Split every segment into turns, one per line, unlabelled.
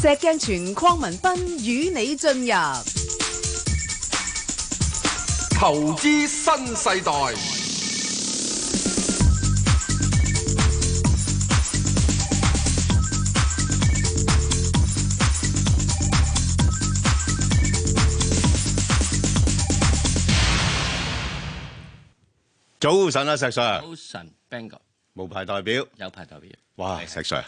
石鏡泉鄺民彬與你進入
投資新世代，
早晨啊，石 Sir，
早晨，Bang 哥
無牌代表，
有派代表，
哇，石 Sir，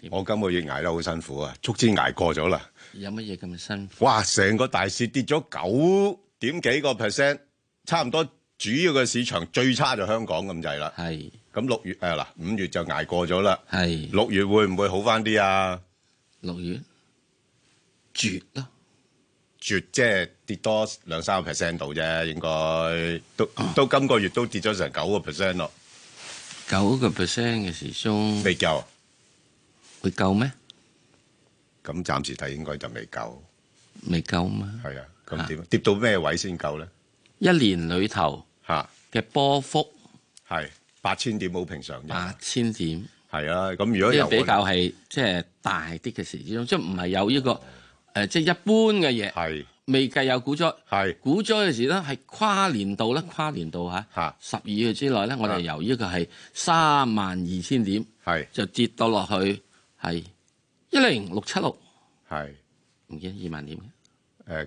點
我今個月捱得好辛苦啊，足之捱過咗啦，
有乜嘢咁辛苦？
哇，成個大市跌咗九點幾個 percent，差唔多主要嘅市場最差就香港咁滯啦，
係
咁六月誒嗱五月就捱過咗 啦，
係
六月會唔會好翻啲啊？
六月絕啦，
絕即係跌多兩三個 percent 度啫，應該都都今個月都跌咗成九個 percent 咯，
九個 percent 嘅時鐘
未夠，
會夠咩？
咁暫時睇應該就未夠，
未夠嘛？
係啊，咁點跌到咩位先夠咧？
一年裏頭
嚇、
嘅波幅
係八千點好平常啫，
八千點，
係啊，咁如
呢
果
個
有
比較係即係大啲嘅時鐘，即係唔係有呢個誒即係一般嘅嘢，
係
未計有股災。
係
股災嘅時咧係跨年度咧，跨年度
嚇
嚇，十二月之內咧，我
嚇
哋由呢個係三萬二千點。
係
就跌到落去係一零六七六，
係
唔見二萬點嘅，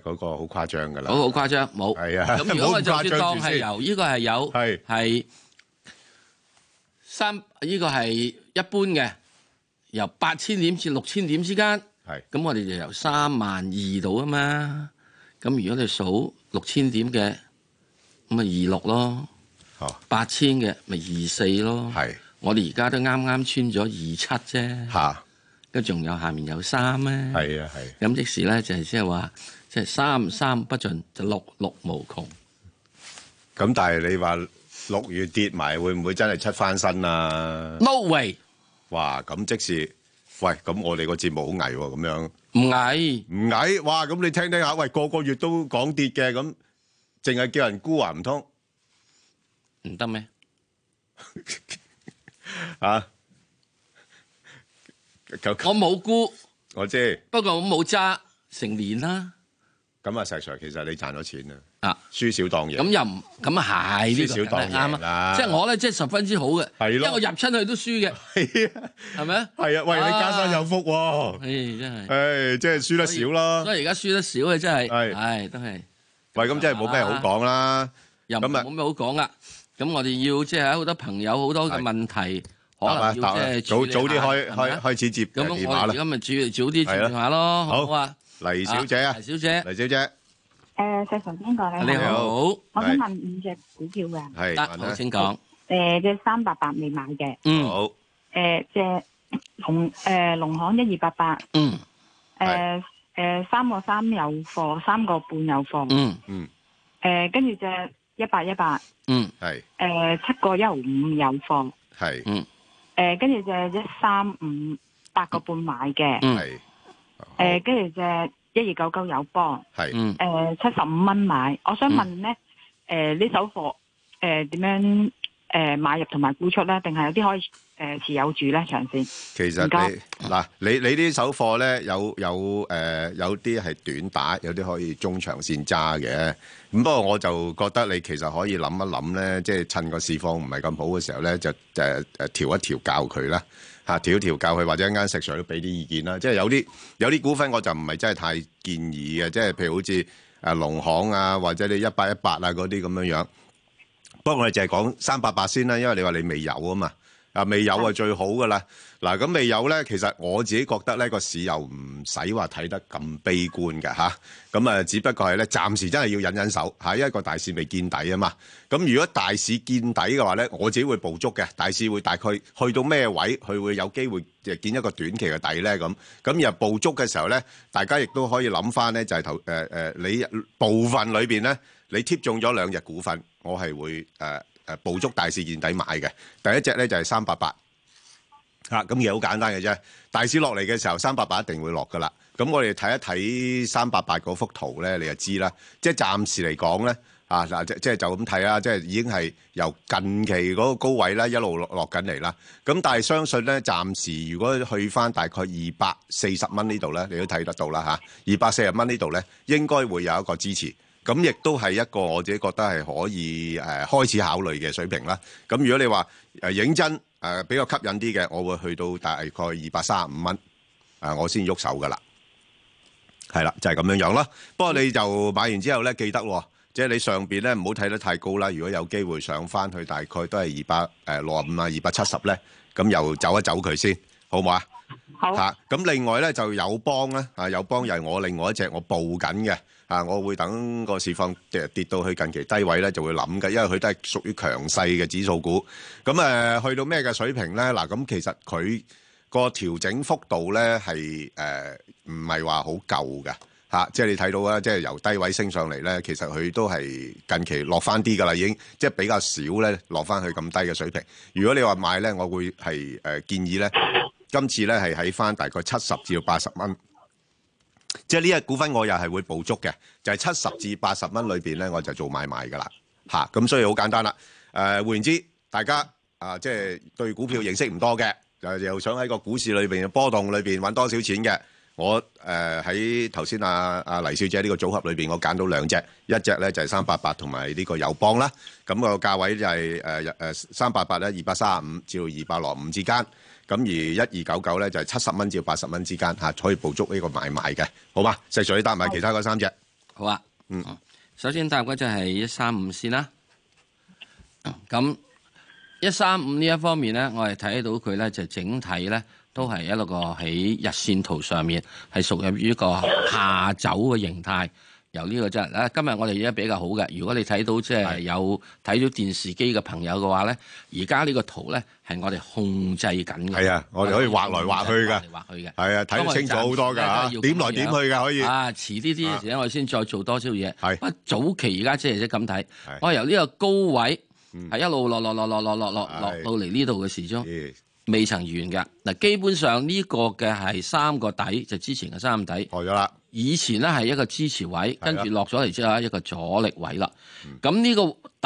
誒嗰個好誇張㗎
嗰個好
啦，
誇張冇。
係啊
咁如果我
冇咁
就
誇張
算當
住
係
先
由呢個係有
係
係三呢個係一般嘅，由八千點至六千點之間，
係
咁我哋就由三萬二度啊嘛。咁如果你數六千點嘅，咁咪二六咯，
哦
八千嘅咪二四咯。
係
我哋而家都啱啱穿咗二七啫。
嚇
跟住仲有下面有三咧，
係啊係
咁即時咧就係即係話，即係三三不盡，就六六無窮。
咁但係你話六月跌埋會唔會真係出翻身啊？
No way，
哇！咁即是喂，咁我哋個節目好危喎，咁樣
唔係
唔危哇！咁你聽聽下，喂個個月都講跌嘅，咁淨係叫人沽啊唔通
唔得咩？
啊？咁
我冇沽，
我知，
不過我冇揸成年啦。
咁啊石 Sir 其實你賺咗錢啊，
啊，
輸少當贏
咁。又唔咁啊係呢
輸
個
少當
梗係啱
贏啦
啦。即係我咧，即係十分之好嘅，
係
因
咯
為我入親去都輸嘅，
係啊，
係咪啊？
係啊，喂，你家山有福喎，
唉，真係
唉，即係輸得少啦。
所以而家輸得少嘅真
係
係，唉，都係。
喂，咁真係冇咩好講啦。
又
咁啊
冇咩好講啦。咁我哋要即係好多朋友好多嘅問題，可
答啊
能
答啊
要，即係
早
處理
早啲
下
開
係咪
開
啊
開始接
咁
電
我
話
哋
啦。
今日主早啲
係啦
轉下
好
咯，好唔好啊？
黎小姐啊
黎，小姐，
黎小姐，
誒，石 Sir 邊個咧？
啊你好，
我想問五隻股票嘅，
係
得好，
問
請講。
誒隻三八八未買嘅，呃
啦
嗯
好
誒隻農誒農呃行一二八八，
嗯
誒誒三個三有貨，三個半有貨，
嗯
誒跟住隻一八一八，呃
嗯
係
誒七個一毫五有貨，
係
誒跟住隻一三五八個半買嘅，
嗯
係
誒跟住隻一二九九有幫，
係
嗯，
誒七十五蚊買，我想問咧，誒呢手貨誒點樣誒買入同埋沽出咧？定係有啲可以誒持有住咧長線？
其實
唔該
你嗱，你你呢手貨咧有有誒、呃有啲係短打，有啲可以中長線揸嘅。咁不過我就覺得你其實可以諗一諗咧，即係趁個市況唔係咁好嘅時候咧，就誒誒調一調教佢啦。嚇調一調教佢，或者一間食水都俾啲意見啦。即係有啲有啲股份我就唔係真係太建議嘅，即係譬如好似誒農行啊，或者你一八一八啊嗰啲咁樣樣。不過我哋淨係講三八八先啦，因為你話你未有啊嘛，啊未有啊最好噶啦。嗱咁未有咧，其實我自己覺得咧個市又唔使話睇得咁悲觀嘅吓。咁啊，只不過係咧暫時真係要忍忍手嚇，因為個大市未見底啊嘛。咁如果大市見底嘅話咧，我自己會捕捉嘅。大市會大概去到咩位，佢會有機會誒見一個短期嘅底咧咁。咁然後捕捉嘅時候咧，大家亦都可以諗翻咧，就係頭誒誒，你部分裏邊咧，你貼中咗兩隻股份，我係會誒誒、呃捕捉大市見底買嘅。第一隻咧就係三八八。啊，咁嘢好簡單嘅啫。大市落嚟嘅時候，三百八一定會落噶啦。咁我哋睇一睇三百八嗰幅圖咧，你就知啦。即係暫時嚟講咧，啊嗱，即即係就咁睇啦，即係已經係由近期嗰個高位啦，一路落落緊嚟啦。咁但係相信咧，暫時如果去翻大概二百四十蚊呢度咧，你都睇得到啦嚇。二百四十蚊呢度咧，應該會有一個支持。咁亦都係一個我自己覺得係可以誒、呃、開始考慮嘅水平啦。咁如果你話誒、呃認真誒、呃比較吸引啲嘅，我會去到大概二百三十五蚊誒，我先喐手噶啦。係啦，就係、咁樣樣啦。不過你就買完之後咧，記得喎，即係你上邊咧唔好睇得太高啦。如果有機會上翻去大概都係二百誒六十五啊，二百七十咧，咁又走一走佢先，好唔好啊？
好，
嚇，咁另外咧就友邦咧，啊友邦又係我另外一隻我報緊嘅，啊我會等個市況跌跌到去近期低位咧就會諗嘅，因為佢都係屬於強勢嘅指數股。咁誒、呃去到咩嘅水平咧？嗱，咁其實佢個調整幅度咧係誒唔係話好夠嘅。嚇、即係你睇到啊，即係由低位升上嚟咧，其實佢都係近期落翻啲㗎啦，已經即係比較少咧落翻去咁低嘅水平。如果你話買咧，我會係誒、呃建議咧，今次咧係喺翻大概七十至到八十蚊，即係呢一股份我又係會捕捉嘅，就係七十至八十蚊裏邊咧，我就做買賣㗎啦，嚇、咁所以好簡單啦。誒、換言之，大家啊、即係對股票認識唔多嘅，又又想喺個股市裏邊嘅波動裏邊揾多少錢嘅。我誒喺頭先啊啊黎小姐呢個組合裏邊，我揀到兩隻，一隻咧就係三八八同埋呢個友邦啦。咁、個價位就係誒誒三八八咧二百三十五至到二百六五之間。咁而一二九九咧就係七十蚊至八十蚊之間嚇、可以捕捉呢個買賣嘅，好嘛？石 Sir 你搭埋其他嗰三隻，
好啊，
嗯，
首先答嗰就係一三五先啦。咁一三五呢一方面咧，我哋睇到佢咧就整體咧都係一路個喺日線圖上面係屬於一個下走嘅形態。由呢個真係啊，今日我哋而家比較好嘅。如果你睇到即係
係
有睇到電視機嘅朋友嘅話咧，而家呢個圖咧係我哋控制緊嘅。
係啊我哋
嗯
可以畫來畫去㗎
畫嚟畫去嘅。
係啊，睇得清楚好多㗎嚇，點來點去㗎可以，
啊，遲啲啲嘅時咧，我哋先再做多少嘢。
係
不過早期而家即係即係咁睇
係，嗯
我由呢個高位係一路落落落落落落落
係
落到嚟呢度嘅時鐘，
咦
未曾完嘅。嗱，基本上呢個嘅係三個底，就之前嘅三個底。
破咗啦，
以前咧係一個支持位，
係啦
跟住落咗嚟之後一個阻力位啦。咁呢、個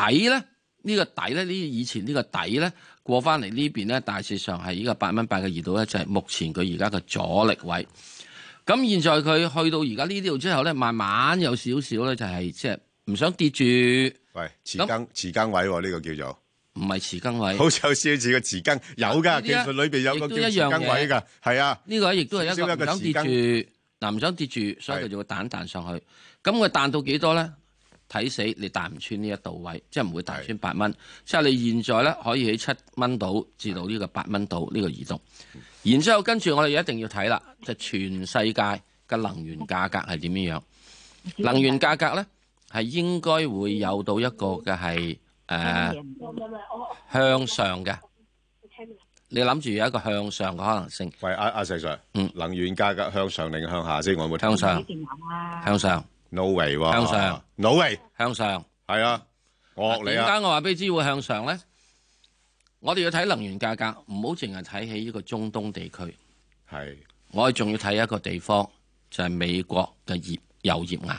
底咧，呢、個底咧，呢以前呢個底咧過翻嚟呢邊咧，大致上係呢個八蚊八嘅二度咧，就係、目前佢而家嘅阻力位。咁現在佢去到而家呢度之後咧，慢慢有少少咧就係即係唔想跌住，唔
喂，匙羹匙羹位喎呢個叫做，
係匙羹位。
好似有少少似個匙羹，有㗎，
呢啲
技術裏邊有個叫
亦都一樣
匙羹位㗎，係啊。
呢個亦都係
少少一
一個
個
唔想跌
匙
住，嗱唔想跌住，所以佢就會彈彈上去。咁佢彈到幾多咧？睇死你彈唔穿呢一道位，即係唔會彈穿八蚊。即係你現在咧可以喺七蚊度至到呢個八蚊度呢個移動。然之後跟住我哋一定要睇啦，就全世界嘅能源價格係點樣樣。能源價格咧係應該會有到一個嘅係誒向上嘅。你諗住有一個向上嘅可能性，
喂，阿阿石 Sir，
嗯
能源價格向上定向下先？我有冇聽
向上，
電話
嗯
啦。
向上。
？No way 喎，
向上
，No way，
向上。
係啊，我學你
點
啊，
解我話俾你知會向上呢？我哋要睇能源價格，唔好淨係睇起呢個中東地區，
係
我哋仲要睇一個地方，就係、美國嘅頁油頁岩。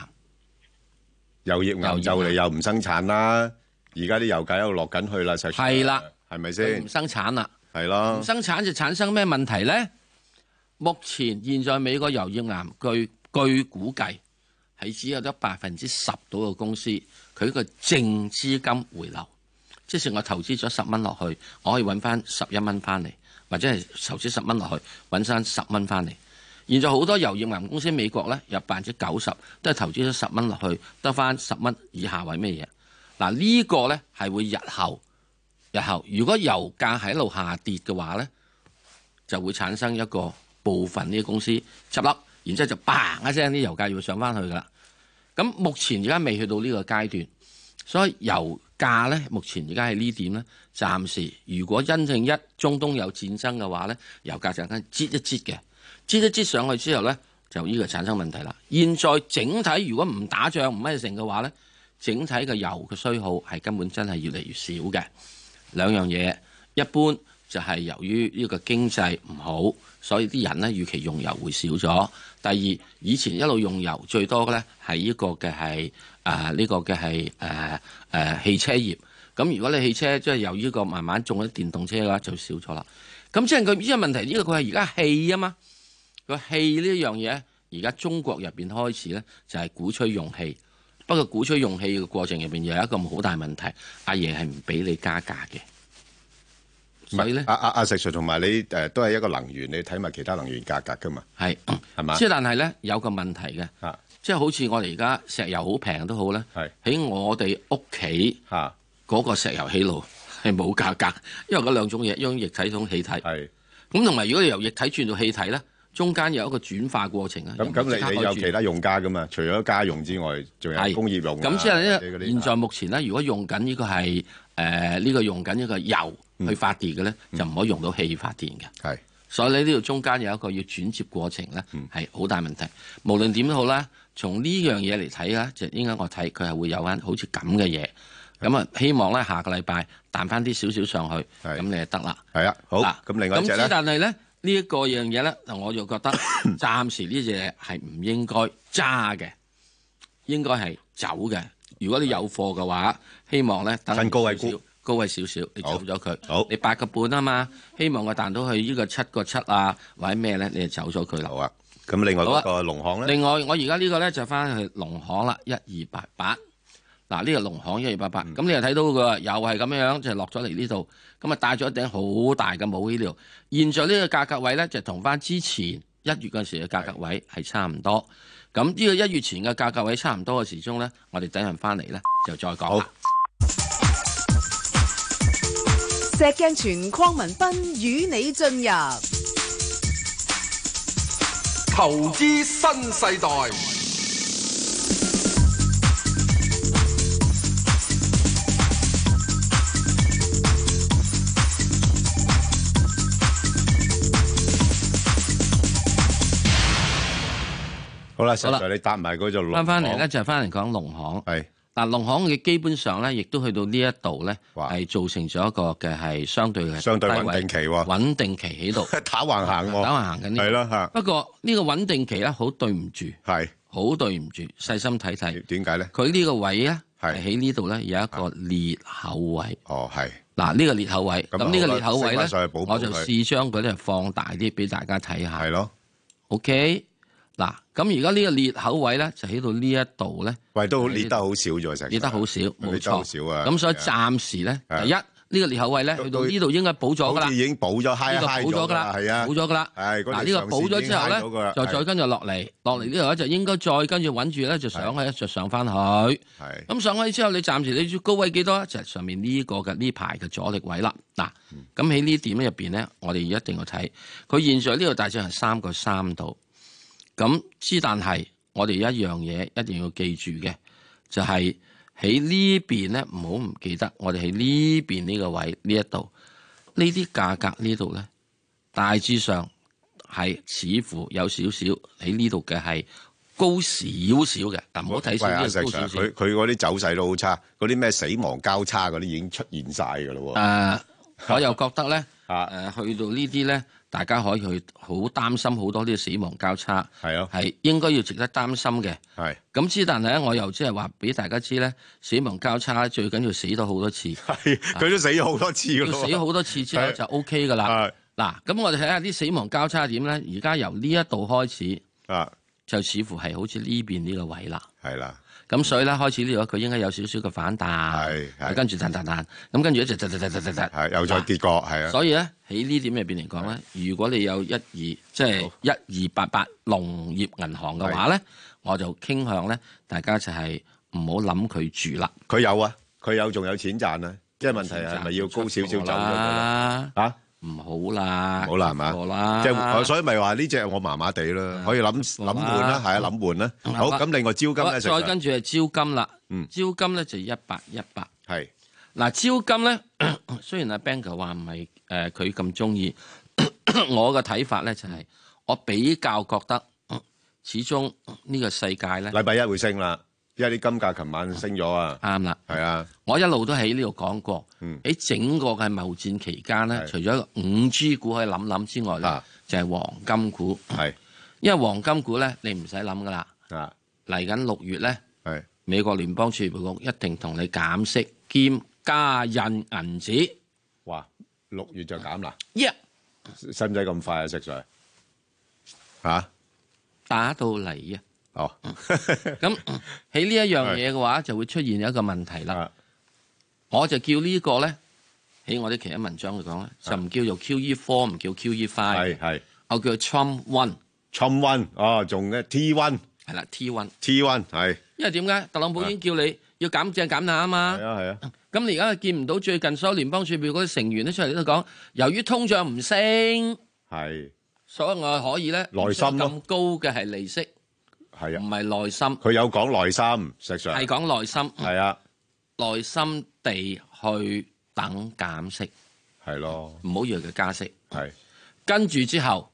油業
油
牛
業
就嚟又唔生產啦，而家啲油價一路落緊去啦，石 Sir，
係啦，
係咪
佢
先
唔？生產啦，
係咯
唔，生產就產生咩問題呢？目前現在美國油頁岩據據估計係只有得百分之十到嘅公司，佢個淨資金回流，即是我投資咗十蚊落去，我可以揾翻十一蚊翻嚟，或者係投資十蚊落去揾翻十蚊翻嚟。現在好多油業岩公司美國呢，有百分之九十都係投資咗十蚊落去，得翻十蚊以下為咩嘢？嗱呢個呢係會日後。日後如果油價喺度下跌嘅話呢，就會產生一個部分呢啲公司執笠，然之後就 bang 一聲啲油價要上翻去噶啦。咁目前而家未去到呢個階段，所以油價呢，目前而家喺呢點呢，暫時如果因正一中東有戰爭嘅話呢，油價就跟擠一擠嘅，擠一擠上去之後呢，就呢個產生問題啦。現在整體如果唔打仗唔咩成嘅話呢，整體嘅油嘅需耗係根本真係越嚟越少嘅。兩樣嘢，一般就係由於呢個經濟唔好，所以啲人咧預期用油會少咗。第二，以前一路用油最多嘅咧係呢個嘅係啊呢個嘅係誒誒汽車業。咁如果你汽車即係由呢個慢慢種咗電動車嘅話，就少咗啦。咁即係佢呢個問題，呢個佢係而家氣啊嘛，個氣呢樣嘢，而家中國入邊開始咧就係鼓吹用氣。不過鼓吹用氣嘅過程入邊有一個好大問題，阿爺係唔俾你加價嘅，所以咧
阿阿阿石 Sir 同埋你誒都係一個能源，你睇埋其他能源價格噶嘛，
係
係嘛
即係但係咧有個問題嘅，
啊
即係好似我哋而家石油好平都好咧
係，
喺我哋屋企
嚇
嗰個石油氣爐係冇價格，因為嗰兩種嘢，一種液體，一種氣體。
係。
咁同埋如果你由液體轉到氣體咧，中間有一個轉化過程啊。
咁咁
又唔係即刻
你你
可以
有
轉
其他用家噶嘛？除咗家用之外，仲有
係
工業用啊
咁即係
或者嗰
咧，
啲
現在目前咧，如果用緊呢個係誒呢個用緊呢個油
嗯
去發電嘅咧，就唔可以用到氣發電嘅。
係
所以你呢度中間有一個要轉接過程咧，
嗯
係好大問題。無論點都好啦，從呢樣嘢嚟睇咧，就應該我睇佢係會有翻好似咁嘅嘢。咁啊，希望咧下個禮拜彈翻啲少少上去，
係
咁你就得啦。
係啊，好
嗱
咁另外一隻
之
咧，
但係咧，呢一個樣嘢咧，我就覺得暫時呢只嘢係唔應該揸嘅，應該係走嘅。如果你有貨嘅話，希望咧等
趁高位
少少
沽，
高位少少，你
好
走咗佢。
好
你八個半啊嘛，希望我彈到去呢個七個七啊，或者咩咧，你就走咗佢啦
好。啊。咁另外
好啊
嗰個農行咧，
另外，我而家呢個咧就翻去農行啦，一二八八。嗱，呢個農行一二八八，
嗯
咁你又睇到佢又係咁樣，就落咗嚟呢度，咁啊戴咗一頂好大嘅帽呢度。現在呢個價格位咧，就同翻之前一月嗰陣時嘅價格位係差唔多。咁呢個一月前嘅價格位差唔多嘅時鐘咧，我哋等陣翻嚟咧就再講啦
好。
石鏡泉邝文斌與你進入
投資新世代，
好啦，石
好啦
Sir 你搭埋嗰隻農行
翻翻嚟咧就係翻嚟講農行。
係
嗱，農行嘅基本上咧，亦都去到呢一度咧，
哇
係造成咗一個嘅係相對嘅
相對
低
穩
位
定期喎，
穩定期 喺度。
打橫行
等
喎，
下行緊
係
呢。
咯嚇，
不過呢個穩定期咧，好對唔住，
係
好對唔住，細心睇睇，
點解咧？
佢呢個位咧
係
係喺呢度咧有一個裂口位。
哦係，
嗱，呢個裂口位，
咁啊
咁
好
呢個
啦
裂口位
升
咧
返上去補，補
我就
佢
試將佢咧放大啲俾大家睇下
係。咯，
OK，嗱，咁而家呢個裂口位咧就喺到呢一度咧，
喂都裂得好少咗石 Sir，
裂得好少，冇
裂得好
錯。
少啊，
咁所以
係啊
暫時咧，
係啊
第一呢個裂口位咧
都
去到呢度應該補咗㗎啦
好似。已經補咗
呢
high
個
high
補咗㗎啦，
係啊，
補咗㗎啦。
係嗰條
嗱，呢個
上線
補咗之
已經 high 咗㗎啦
後咧，就
係
再跟住落嚟，落嚟呢度咧就應該再跟住揾住咧就上去，就上翻去。
係
咁上去之後，你暫時你高位幾多？就係上面呢個嘅呢排嘅阻力位啦。嗱，咁喺呢點入邊咧，我哋一定要睇佢現在呢度大致係三個三度。咁之但係我哋有一樣嘢一定要記住嘅，就係喺呢邊咧，唔好唔記得，我哋喺呢邊呢個位呢一度，呢啲價格呢度咧，大致上係似乎有少少喺呢度嘅係高少少嘅，嗱唔好睇少
喂阿
呢
石
個高少
Sir，
少。
佢佢嗰啲走勢都好差，嗰啲咩死亡交叉嗰啲已經出現晒㗎咯喎。
誒，呃我又覺得咧，
啊
誒去到呢啲咧，大家可以去好擔心好多呢個死亡交叉，
係啊咯
係應該要值得擔心嘅。
係
咁之但係咧，我又即係話俾大家知咧，死亡交叉最緊要死咗好多次，
係，佢都死咗好多次㗎
要
咯喎。
死好多次之後
係
就 O K 噶啦。
係
嗱，咁我哋睇下啲死亡交叉點咧，而家由呢一度開始
啊，
就似乎係好似呢邊呢個位啦。
係啦，
咁所以咧，開始呢度佢應該有少少嘅反彈
係，係
跟住彈彈彈，咁跟住一直彈彈彈彈彈彈，
係又再
嗱
跌過，係啊，
所以咧喺呢點入邊嚟講咧，如果你有一二即係一二八八農業銀行嘅話咧，我就傾向咧大家就係唔好諗佢住啦，
佢有啊，佢有仲有錢賺啊，即係問題係咪要高少少走咗佢啦？
啦？
啊，
唔好啦，
好啦係嘛
好啦，
即係所以咪話呢只我麻麻地啦，可以諗諗換啦，係啊，諗換啦。
嗯
好，
好啊
咁另外招
好
金
啦
咧，
再跟住係招金啦，
嗯
招金咧就一八一八。
係
嗱，招金咧， 雖然阿 Bang 哥話唔係誒佢咁中意， 我嘅睇法咧就係、我比較覺得，嗯始終呢個世界咧。
禮拜一會升啦，因為啲金價琴晚升咗啊，
啱啦。
係啊，
我一路都喺呢度講過，
嗯
喺整個嘅貿戰期間咧，
係
除咗五 G 股可以諗諗之外咧
啊，
就係黃金股，
係
因為黃金股咧你唔使諗噶啦，
啊，
嚟緊六月咧，
係
美國聯邦儲備局一定同你減息兼加印銀紙。
哇，六月就減啦，
Yeah，
使唔使咁快啊？石 Sir 嚇
打到嚟啊！
哦
咁喺呢一樣嘢嘅話，就會出現一個問題啦。
啊
我就叫呢個咧，喺我啲其他文章嚟講咧，就唔叫做 QE Four，唔叫 QE Five，
係係
我叫 Trump One，
，Trump One 哦，仲嘅 T One
係啦 T One。
T One 係
因為點解特朗普已經叫你要減正減下啊嘛
係。啊係啊
咁你而家見唔到最近所有聯邦儲備嗰啲成員都出嚟都講，由於通脹唔升，
係
所以我可以咧
內心咯
咁高嘅係利息，
係
唔
啊，
係內心，
佢有講內心，石 Sir
係講內心，
係啊
內心地去等減息，
係咯
唔好以為佢加息。
係
跟住之後，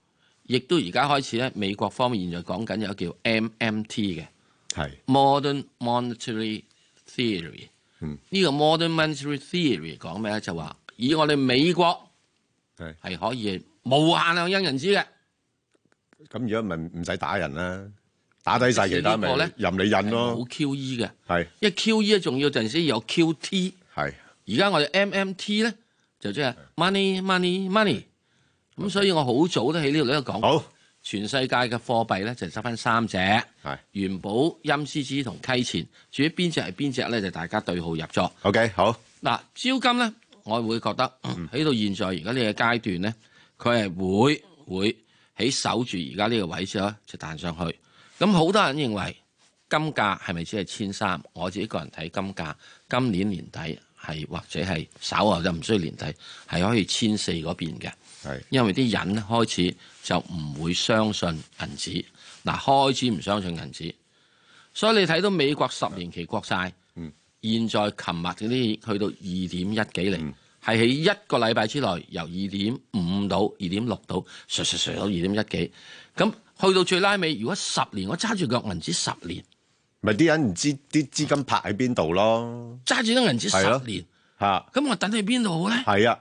亦都而家開始咧，美國方面現在講緊有叫 MMT 嘅。
係
modern monetary theory。
嗯
呢個 modern monetary theory 講咩咧？啊就話以我哋美國
係
係可以無限量印銀紙嘅，
咁而家咪唔使打人啦，打低晒其他咪
呢個呢
任你印
係
咯
冇，QE 嘅。
係
因為 QE 呢仲要陣時有 QT，
係
而家我哋 MMT 咧就即係 money money money。咁所以我好早都喺呢度都講，
好
全世界嘅貨幣咧就得翻三隻，
係
元寶、陰司紙同溪錢。至於邊只係邊只咧，就大家對號入座。
OK 好
嗱，招金咧，我會覺得嗯喺到現在而家呢個階段咧，佢係會會喺守住而家呢個位置咧，就彈上去。咁好多人認為金價係咪只係千三？我自己個人睇金價，今年年底係或者係稍後就唔需要年底，係可以千四嗰邊嘅。
係
因為啲人開始就唔會相信銀紙，嗱開始唔相信銀紙，所以你睇到美國十年期國債，
嗯
現在琴日嗰啲去到二點一
嗯
幾厘，係喺一個禮拜之內由二點五到二點六到，上上上到二點一幾，咁去到最拉尾，如果十年我揸住個銀紙十年，
咪啲人唔知啲資金拍喺邊度咯
揸住啲銀紙
係咯
十年，
嚇
咁我等去邊度好咧？
係啊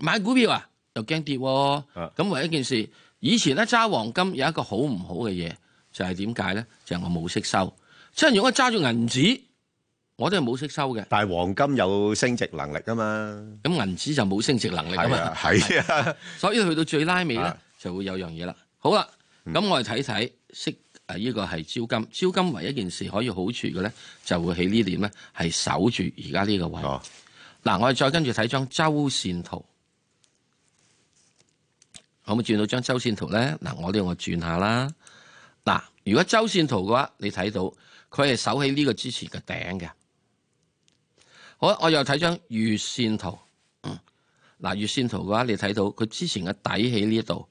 買股票啊，又驚跌喎、
啊
咁唯一一件事，以前咧揸黃金有一個好唔好嘅嘢，就係點解咧？就係、我冇息收。即係如果揸住銀紙，我都係冇息收嘅。
但係黃金有升值能力啊嘛，
咁銀紙就冇升值能力啊
係
嘛
啊。係 啊，
所以去到最拉尾咧
啊，嗯
就會有樣嘢啦。好啦，咁我哋睇睇息誒呢個係招金，招金唯一件事可以好處嘅咧，就會喺呢點咧係守住而家呢個位。
哦
嗱，我哋再跟住睇張周線圖，可唔可以轉到張周線圖咧？嗱，我呢度我轉下啦。嗱，如果周線圖嘅話，你睇到佢係守喺呢個之前嘅頂嘅。好啦，我又睇張月線圖。嗯嗱，月線圖嘅話，你睇到佢之前嘅底喺呢度，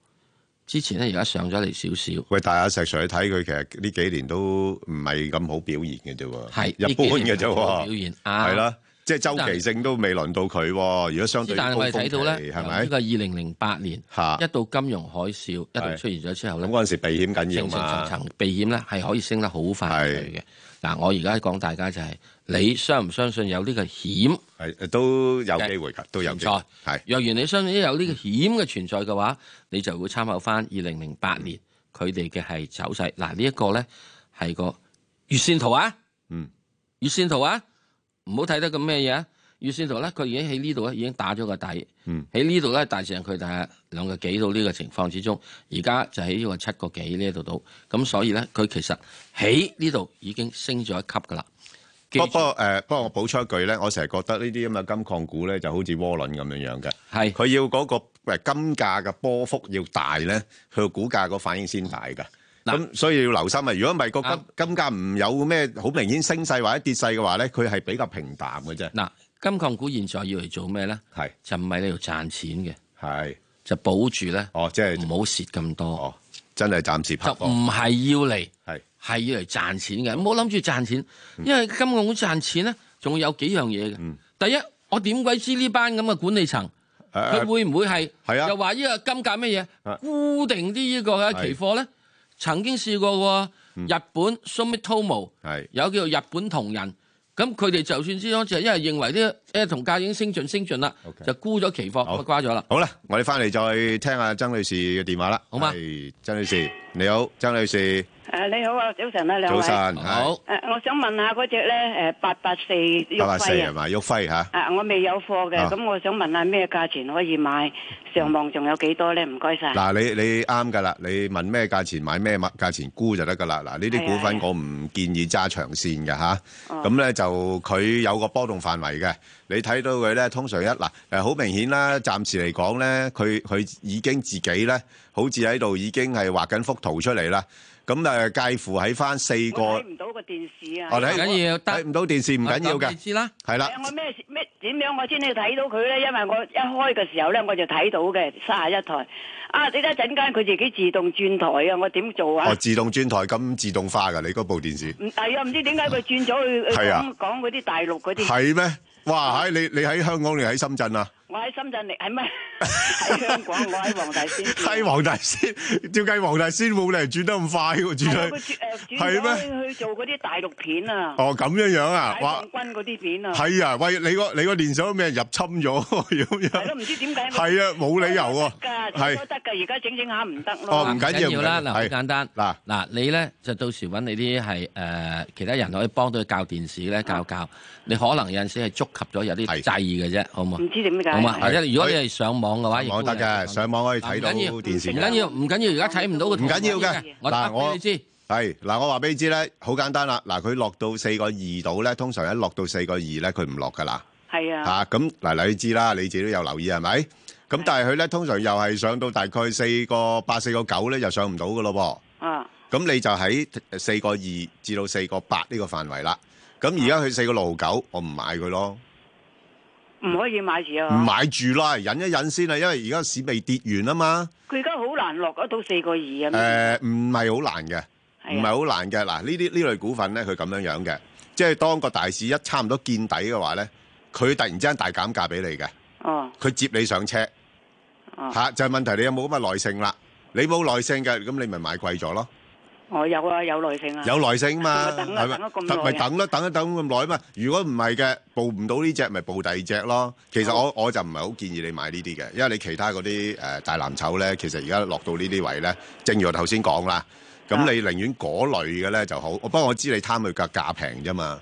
之前咧而家上咗嚟少少。
喂，大家石 Sir 睇佢其實呢幾年都唔係咁好表現嘅啫喎，
係
一般嘅啫
表
喎，
現啊，
係。啦，即係周期性都未輪到佢喎。如果相對
但係
高
我哋
峰
睇到咧，
期係
由呢
咪
個二零零八年
嚇？
一到金融海嘯一度
啊係
出現咗之後
咁
咧，
嗰陣時避險緊要
層層層
嘛，
層避險咧係可以升得好快上去嘅。嗱，我而家講大家就係、你相唔相信有呢個險
係都有機會㗎，都有
存
機會
在？
係
若然你相信有呢個險嘅存在嘅話，你就會參考翻二零零八年佢哋嘅係走勢。嗱，呢一個咧係個月線圖啊，
嗯，
月線圖啊，唔好睇得咁咩嘢啊！月線圖咧，佢已經喺呢度咧已經打咗個底，
嗯，
喺呢度咧大致上佢大概兩個幾到呢個情況之中，而家就喺呢個七個幾呢度度，咁所以咧佢其實喺呢度已經升咗一級噶啦。記
不
住
不過誒，不過我補充一句咧，我成日覺得呢啲咁嘅金礦股咧就好似窩輪咁樣樣嘅，
係
佢要嗰個誒金價嘅波幅要大咧，佢個股價個反應先大㗎。
嗱
咁所以要留心啊！如果唔係個金金價唔有咩好明顯升勢或者跌勢嘅話咧，佢係比較平淡嘅啫。
嗱，金礦股現在要嚟做咩咧？
係
就唔係呢度賺錢嘅，
係
就保住咧，
哦，即
唔
係
好蝕咁多，
哦，真係暫時
就
拍
唔係要嚟。
係
係要嚟賺錢嘅，唔好諗住賺錢，
嗯
因為金融股賺錢咧，仲會有幾樣嘢嘅。第一，我點鬼知呢班咁嘅管理層，佢
誒
會唔會係
係啊
又話呢個金價乜嘢
啊
固定啲呢個嘅期貨咧？曾經試過喎，
嗯
日本 Sumitomo
係
有叫做日本同仁，咁佢哋就算之中就因為認為啲誒同價已經升盡升盡啦
OK
就沽咗期貨，
好
咪瓜咗啦。
好啦，我哋翻嚟再聽下曾女士嘅電話啦。
好嘛
係曾女士你好，曾女士
诶，你好啊，早晨啊，两
早
位。
晨。。
好
诶、我想問下嗰只咧，诶、八八四玉
八八四係
輝啊，
嘛？旭輝吓，
啊，我未有貨嘅
啊，
咁、我想問下咩價錢可以買？上網仲有幾多咧？唔該晒。
嗱你你啱㗎啦，你問咩價錢買咩價錢沽就得㗎啦。嗱呢啲
係啊
股份
係啊
我唔建議揸長線嘅吓，
哦
咁咧就佢有個波動範圍嘅。你睇到佢咧，通常一嗱誒好明顯啦，暫時嚟講咧，佢佢已經自己咧，好似喺度已經係畫緊幅圖出嚟啦。咁誒介乎喺翻四個，
我睇唔到個電視啊。
我
唔緊要得
睇唔到電
啊
視唔緊要
咁你
嘅，
知啦。
係啦
誒。我咩咩點樣我先至睇到佢咧？因為我一開嘅時候咧，我就睇到嘅三十一台。啊，你一陣間佢自己自動轉台啊，我點做啊？
哦，自動轉台咁自動化㗎，你嗰部電視
唔係啊，唔知點解佢轉咗去去
係啊
講講嗰啲大陸嗰啲。
係咩？哇！喺你你喺香港定喺深圳啊？
我喺深圳 嚟，係咪喺香港？我喺黃大仙。
計黃大仙，照計黃大仙冇理由轉得咁快喎，
係
轉去係咩
啊佢轉誒轉咗去去做嗰啲大陸片啊，
哦咁樣樣啊
解，
哇
放！軍嗰啲片啊，
係啊，喂，你個你個電視都俾人入侵 咗咁
係咯，
樣，
唔知點解佢
係啊，冇理由喎，
得㗎，
係
應該得㗎，而家整整下唔得
哦
咯
唔。緊要
啊緊要啦，
唔緊
嗱
要
好
係
簡單。
嗱
嗱，你咧就到時揾你啲係誒其他人可以幫到佢教電視咧教教，你可能有陣時係觸及咗有啲
啊係
掣嘅啫，好唔好
唔？知點解。
好嘛，
係
或者如果你
佢
係上網嘅話，亦
網
都
得嘅，
有
上網可以睇到
唔緊要
電視
唔
嘅。
緊要，唔緊要，而家睇唔到個圖
唔緊要嘅
我
嗱
答
我
俾你知。
係嗱，我話俾你知咧，好簡單啦。嗱，佢落到四個二度咧，通常一落到四個二咧，佢唔落㗎啦。
係啊，
嚇咁嗱，你知啦，你自己都有留意係咪？咁但係佢咧通常又係上到大概四個八、四個九咧，又上唔到嘅咯
啊，
噃。咁你就喺四個二至到四個八呢個範圍啦。咁而家佢四個六九，我唔買佢咯，
唔可以買住
唔
啊。
買住啦，忍一忍先啦，因為而家市未跌完啊嘛。
佢而家好難落得到四個二啊。
誒，唔係好難嘅。唔係
係啊，
好難嘅。嗱，呢啲呢類股份咧，佢咁樣樣嘅，即係當個大市一差唔多見底嘅話咧，佢突然之間大減價俾你嘅，
哦，
佢接你上車
哦
嚇、就係、問題你有冇咁嘅耐性啦。你冇耐性嘅，咁你咪買貴咗咯。
我有啊，有耐性啊。
有耐性嘛，
咁 咪等咯
係咪？等-咪等
等咗咁耐啊。
咯，等一等咁耐嘛。如果唔係嘅，報唔到呢隻，咪報第二隻咯。其實
好。
我-我就唔係好建議你買呢啲嘅，因為你其他嗰啲，呃，大藍籌呢，其實而家落到呢啲位呢，正如我頭先講啦，咁
啊。
你寧願嗰類嘅呢就好。不過我知你貪佢價價平啫嘛，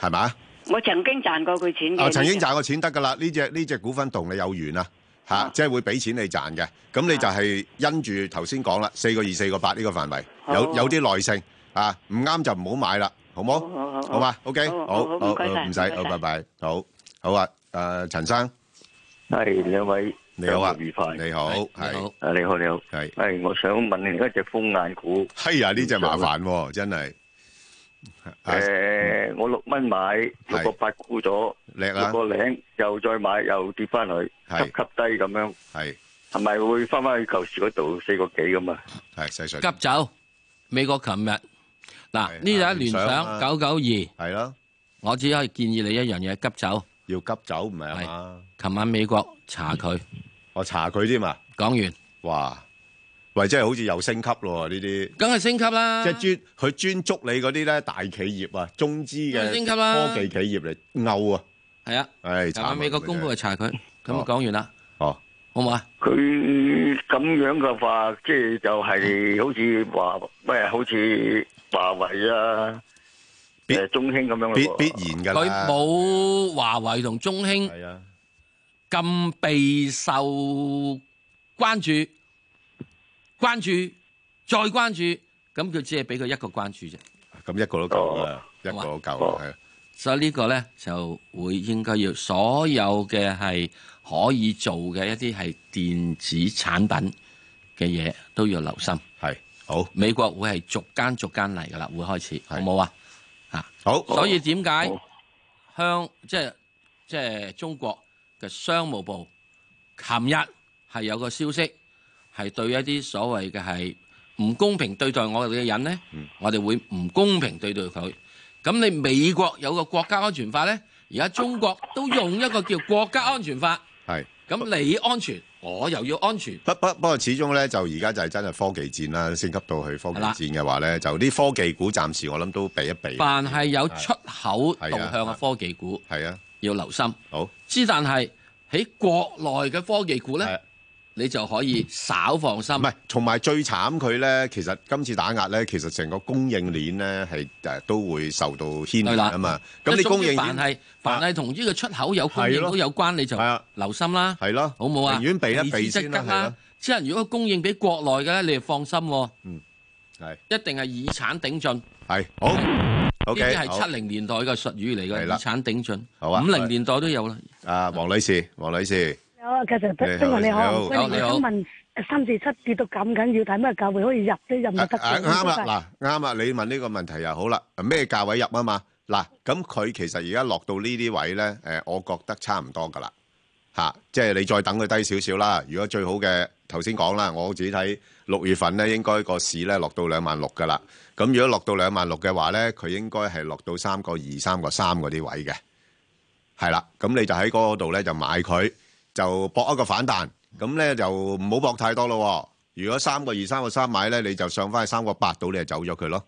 係咪？
我曾經賺過佢錢嘅。
哦啊，曾經賺過錢得㗎啦，呢隻-呢隻股份同你有緣啊，嚇，
啊。
即係會俾錢你賺嘅。咁你
啊。
就係因住頭先講啦，4.2 4.8呢個範圍，有-
好。
有啲耐性，啊，唔啱就唔好買啦，好冇？
好好好
好嘛？OK，好，
好好
好，
唔該
好，
晒
唔使，
唔該
好，
晒
拜拜，好。好啊，誒，陳生，
系两位，
你好啊，
生活愉快。
你好，
係
係，
你好
啊，你好，你好，
係。
系我想問你一隻風眼股，
哎呀，呢隻麻煩喎，真係。啊，
诶、我六蚊買，六個八沽咗，
叻啊，
六個零又再買，又跌翻去，
係
吸吸低咁樣，係咪會翻翻去舊時嗰度四個幾咁啊？
係，係，細水，
急走美國琴日嗱
係啊
呢度一聯
聯想
想
啊
九九二，我只可以建議你一樣嘢，急走。
係咯，要急走，唔係啊嘛？
琴晚美國查佢，
我查佢添啊？哇，喂，真係好似又升級咯喎，呢啲。
講完，梗係升級啦。
即係專-佢專捉你嗰啲呢，大企業啊，中資嘅
升級啦。
科技企業嚟勾啊，唉，
係啊，琴
慘啊，
晚美國公佈就查佢，咁
哦
啊講完啦，好唔好啊？
佢咁樣嘅話，即係就係好似華咩，真係好似華為啊，
必
誒中興咁樣咯
哦，必-
喎
必然㗎啦。
佢冇華為同中興
係啊。
咁備受關注，關注再關注，咁佢只係俾佢一個關注啫。
咁一個都夠啦，
哦。
一個都夠啦，
哦。
係啊。
所以呢個呢，就會應該要所有嘅係可以做嘅一啲係電子產品嘅嘢都要留心。美國會係逐間逐間嚟噶啦，會開始好
係
冇啊？
係，好，好，
所以點解
哦
好
香即係即係中國嘅商務部，琴日係有個消息係對一啲所謂嘅係唔公平對待我哋嘅人呢，
嗯
我哋會唔公平對待佢。咁你美國有個國家安全法呢，而家中國都用一個叫國家安全法，
係，係，
咁你安全，我又要安全。
不不不過，始終咧就而家就係真係科技戰啦，升級到去科
係啦
技戰嘅話咧，就啲科技股暫時我諗都避一避。
凡係有出口導
係啊
向嘅科技股，
係啊，
要留心。
好
之但係喺國內嘅科技股
係啊
咧，你就可以稍放心
唔。係，同埋最慘佢咧，其實今次打壓咧，其實成個供應鏈咧係誒都會受到牽連啊嘛。咁你
即係總
供
之
應鏈啊
凡係凡係同呢個出口有供
係
應
咯
都有關，你就
係啊
留心啦。
係咯，
好冇啊？
寧願避一避
避之
先啦，
則吉
係咯，。
只能如果供應俾國內嘅咧，你就放心喎。
嗯，係
一定係以產頂進。
係好
呢
OK，
啲係
好
七零年代嘅術語嚟
係
嘅，
啦
以產頂進。
好啊
五零年代都有啦。
啊，黃女士，黃女士，
有啊，其實不
你
不
好
過你好，
你好
我
你好
想問三四七跌到咁緊要，睇咩價位可以入咧？入唔入
啊
得
啊
嘅？
啱啦，嗱啱啦，你問呢個問題又好啦，咩價位入啊嘛？嗱，咁佢其實而家落到呢啲位咧，誒，我覺得差唔多噶啦，嚇，即係你再等佢低少少啦。如果最好嘅頭先講啦，我自己睇六月份咧，應該個市咧落到兩萬六噶啦。咁如果落到兩萬六嘅話咧，佢應該係落到三個二、三個三嗰啲位嘅，係啦。咁你就喺嗰度咧就買佢，就搏一個反彈。咁咧就唔好搏太多咯喎。如果三個二、三個三買咧，你就上翻去三個八度，你就走咗佢咯。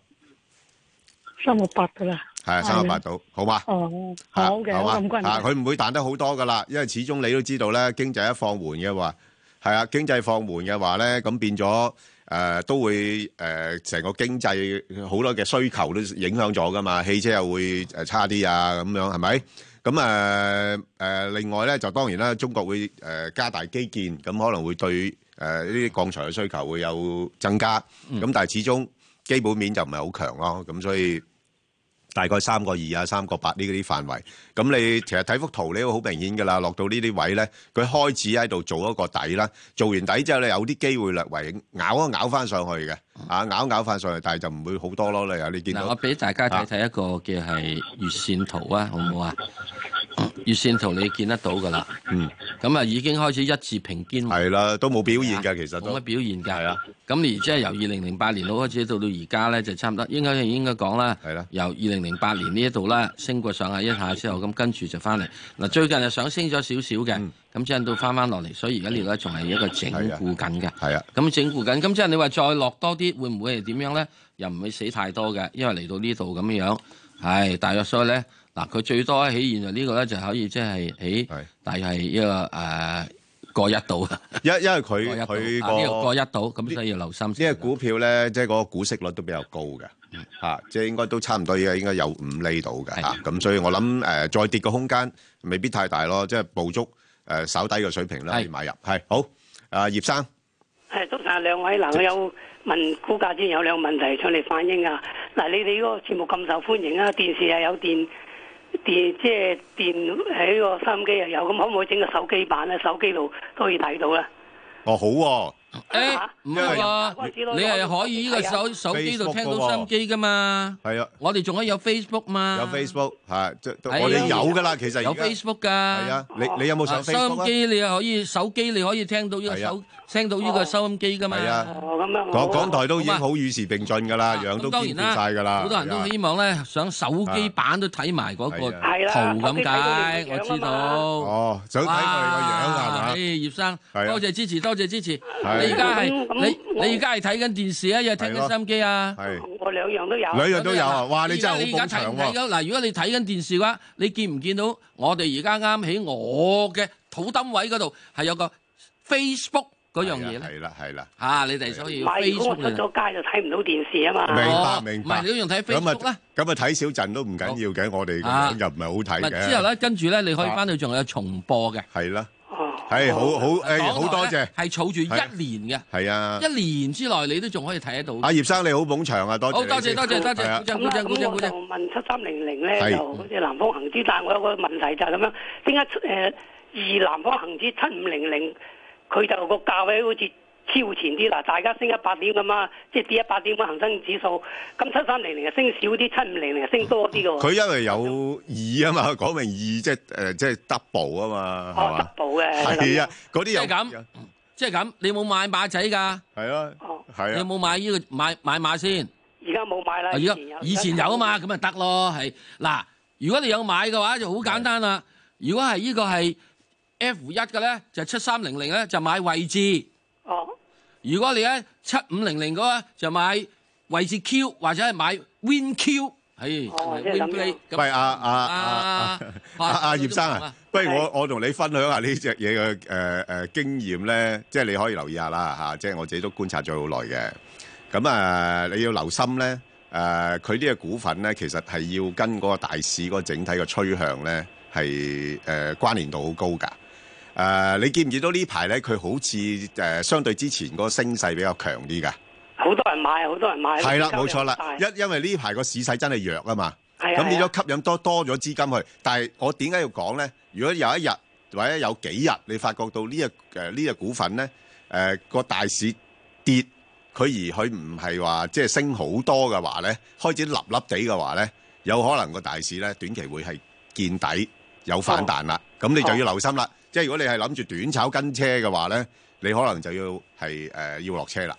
三個八噶啦。
係啊，三個八度，好嘛？
哦，
嚇
好嘅，
係嘛
好咁關
嚇
係。
佢唔會彈得好多噶啦，因為始終你都知道咧，經濟一放緩嘅話，係啊，經濟放緩嘅話咧，咁變咗誒、呃都會誒成、個經濟好多嘅需求都影響咗噶嘛，汽車又會誒差啲啊咁樣係咪？咁誒誒，另外咧就當然啦，中國會誒、呃加大基建，咁可能會對誒呢啲鋼材嘅需求會有增加，咁、但係始終基本面就唔係好強咯，咁所以。大概三個二啊，三個八呢啲範圍。咁你其實睇幅圖咧，好明顯㗎啦。落到呢啲位咧，佢開始喺度做一個底啦。做完底之後咧，有啲機會略為咬一咬翻上去嘅，啊咬一咬翻上去，但係就唔會好多咯。你有你見
嗱，我
到啊
俾大家睇睇一個嘅係月線圖啊，好唔好啊？月線圖你見得到㗎啦，
嗯，
咁啊已經開始一字平肩，
係啦，都冇表現㗎，其實
冇
都
乜表現㗎。
係啊，
咁你即係由二零零八年度開始到到而家咧，就差唔多應該應該講啦。
係啦
由二零零八年呢一度啦，升過上下一下之後，咁跟住就翻嚟。嗱，最近就上升咗少少嘅
嗯，
咁之後到翻翻落嚟，所以而家呢度咧仲係一個整固緊嘅。
係啊，
咁整固緊，咁即係你話再落多啲，會唔會係點樣咧？又唔會死太多嘅，因為嚟到呢度咁樣樣，係大約所以咧，嗱佢最多喺現在呢個咧就可以即
係
係喺大約係一個誒過一度啊，
因因為
過一
佢
度
佢
啊呢個
個
過一度，咁所以要留心先
呢
得。
個股票咧，即係嗰個股息率都比較高嘅，嚇，即係應該都差唔多，應該有五厘到嘅
係
嚇。咁所以我諗誒，再跌嘅空間未必太大咯，即係捕捉誒稍低嘅水平啦，
係
可以買入。係好，啊葉生，
係早晨啊，兩位嗱，我有問估價之前有兩個問題上嚟反映啊。嗱，你哋嗰個節目咁受歡迎啊，電視又有電電即係電喺個收音機又有，咁可唔可以整個手機版咧？手機度都可以睇到咧。
哦好喎，
誒唔係喎，你係可以呢個手手機度聽到心機噶嘛？
係啊，
我哋仲可以有 Facebook 嘛？
有 Facebook 嚇，即係
係啊
我哋有㗎啦，其實
有
而家
Facebook 㗎。
係
係
啊，你你有冇上
啊收音
Facebook 啊？
機你又可以，手機你可以聽到呢個
係啊
手，聽到呢個收音機噶嘛。
係啊
哦，咁樣
港港台都已經
好嘛
好與時並進㗎啦，樣
咁
都
當
兼顧
然
晒㗎啦，
好多人
係啊
都希望咧，想手機版都睇埋嗰個
係啊
係啦
圖咁解，我
手
知
機睇到你個樣啊嘛
道。
哦，想睇我哋個樣係
哇
嘛
唉？哎葉生，
係啊
多謝支持，多謝支持。
係
你而家係
咁
你
我
你而家係睇緊電視啊，又聽緊收音機啊？
係
我兩樣都有。
兩樣都有啊！哇，你真係好
而
捧場
家你而家睇唔睇
喎！
到嗱，如果你睇緊電視嘅話，你見唔見到我哋而家啱喺我嘅土墩位嗰度係有個 Facebook 嗰樣嘢咧？
係啦，係啦，
嚇，你哋所以
唔
要
係，如果我
Facebook
出咗
嚟睇。
街就睇唔到電視啊嘛。
明白
哦
明
唔係
白。
你都用睇
咁
Facebook
啊
啦。，
咁啊睇小陣都唔緊要嘅，我哋咁
啊
樣又唔係好睇
咪
嘅。
之後咧，跟住咧，你可以翻去仲有重播嘅。
係啦，
哦，
係好好誒，
港
哎好多
台呢
謝，
係儲住一年
係啊
嘅，，一年之內你都仲可以睇得到。
阿葉生你好捧場啊，多謝
好
你
多謝
先
多謝多
係
謝，
啊
鼓掌
咁
鼓
啦，
掌鼓
咁
掌
我
鼓
就
掌。
問七三零零咧，
係
就好似南方恒指，但係我有個問題就係咁樣，點解出誒二南方恒指七五零零佢就個價位好似超前啲嗱，大家升一百點咁啊，即係跌一百點嘅恒生指數，咁七三零零啊升少啲，七五零零啊升多啲嘅喎。
佢因為有二啊嘛， 講明二即係誒即係 double 啊
哦
嘛，
double 嘅
係嘛？
咁
係
樣
啊，嗰啲
即
又
係咁，即係咁，你冇買馬仔㗎？
係啊，
哦
係
你有
啊，
冇買呢個買買馬先？
而家冇買啦，
啊，而家以前有啊嘛，咁咪得咯，係嗱。如果你有買嘅話，就好簡單啦。如果係呢個係 F 一嘅咧就七三零零咧就買位置，
哦，
如果你咧七五零零嗰咧就買位置 Q 或者係買 Win Q，係
哦即係
Win
咁
Play
樣。
咁
喂，阿啊阿阿阿阿葉生啊，不如我我同你分享下呢只嘢嘅誒誒經驗咧，即係你可以留意下啦嚇，即係我自己都觀察咗好耐嘅。咁啊，你要留心咧，誒佢呢個股份咧，其實係要跟嗰個大市嗰個整體嘅趨向咧，係誒關聯度好高㗎。誒，你見唔見到呢排咧？佢好似誒相對之前嗰個升勢比較強啲㗎。
好多人買，好多人買。
係啦，
成交
冇錯啦
又大，
因因為呢排個市勢真係弱啊嘛。
係啊
咁變咗吸引多多咗資金去。但係我點解要講咧？如果有一日或者有幾日，你發覺到呢只誒呢只股份咧，誒、個大市跌，佢而佢唔係話即係升好多嘅話咧，開始立立地嘅話咧，有可能個大市咧短期會係見底有反彈啦。咁、你就要留心啦。即係如果你係諗住短炒跟車嘅話咧，你可能就要係誒、呃要落車啦。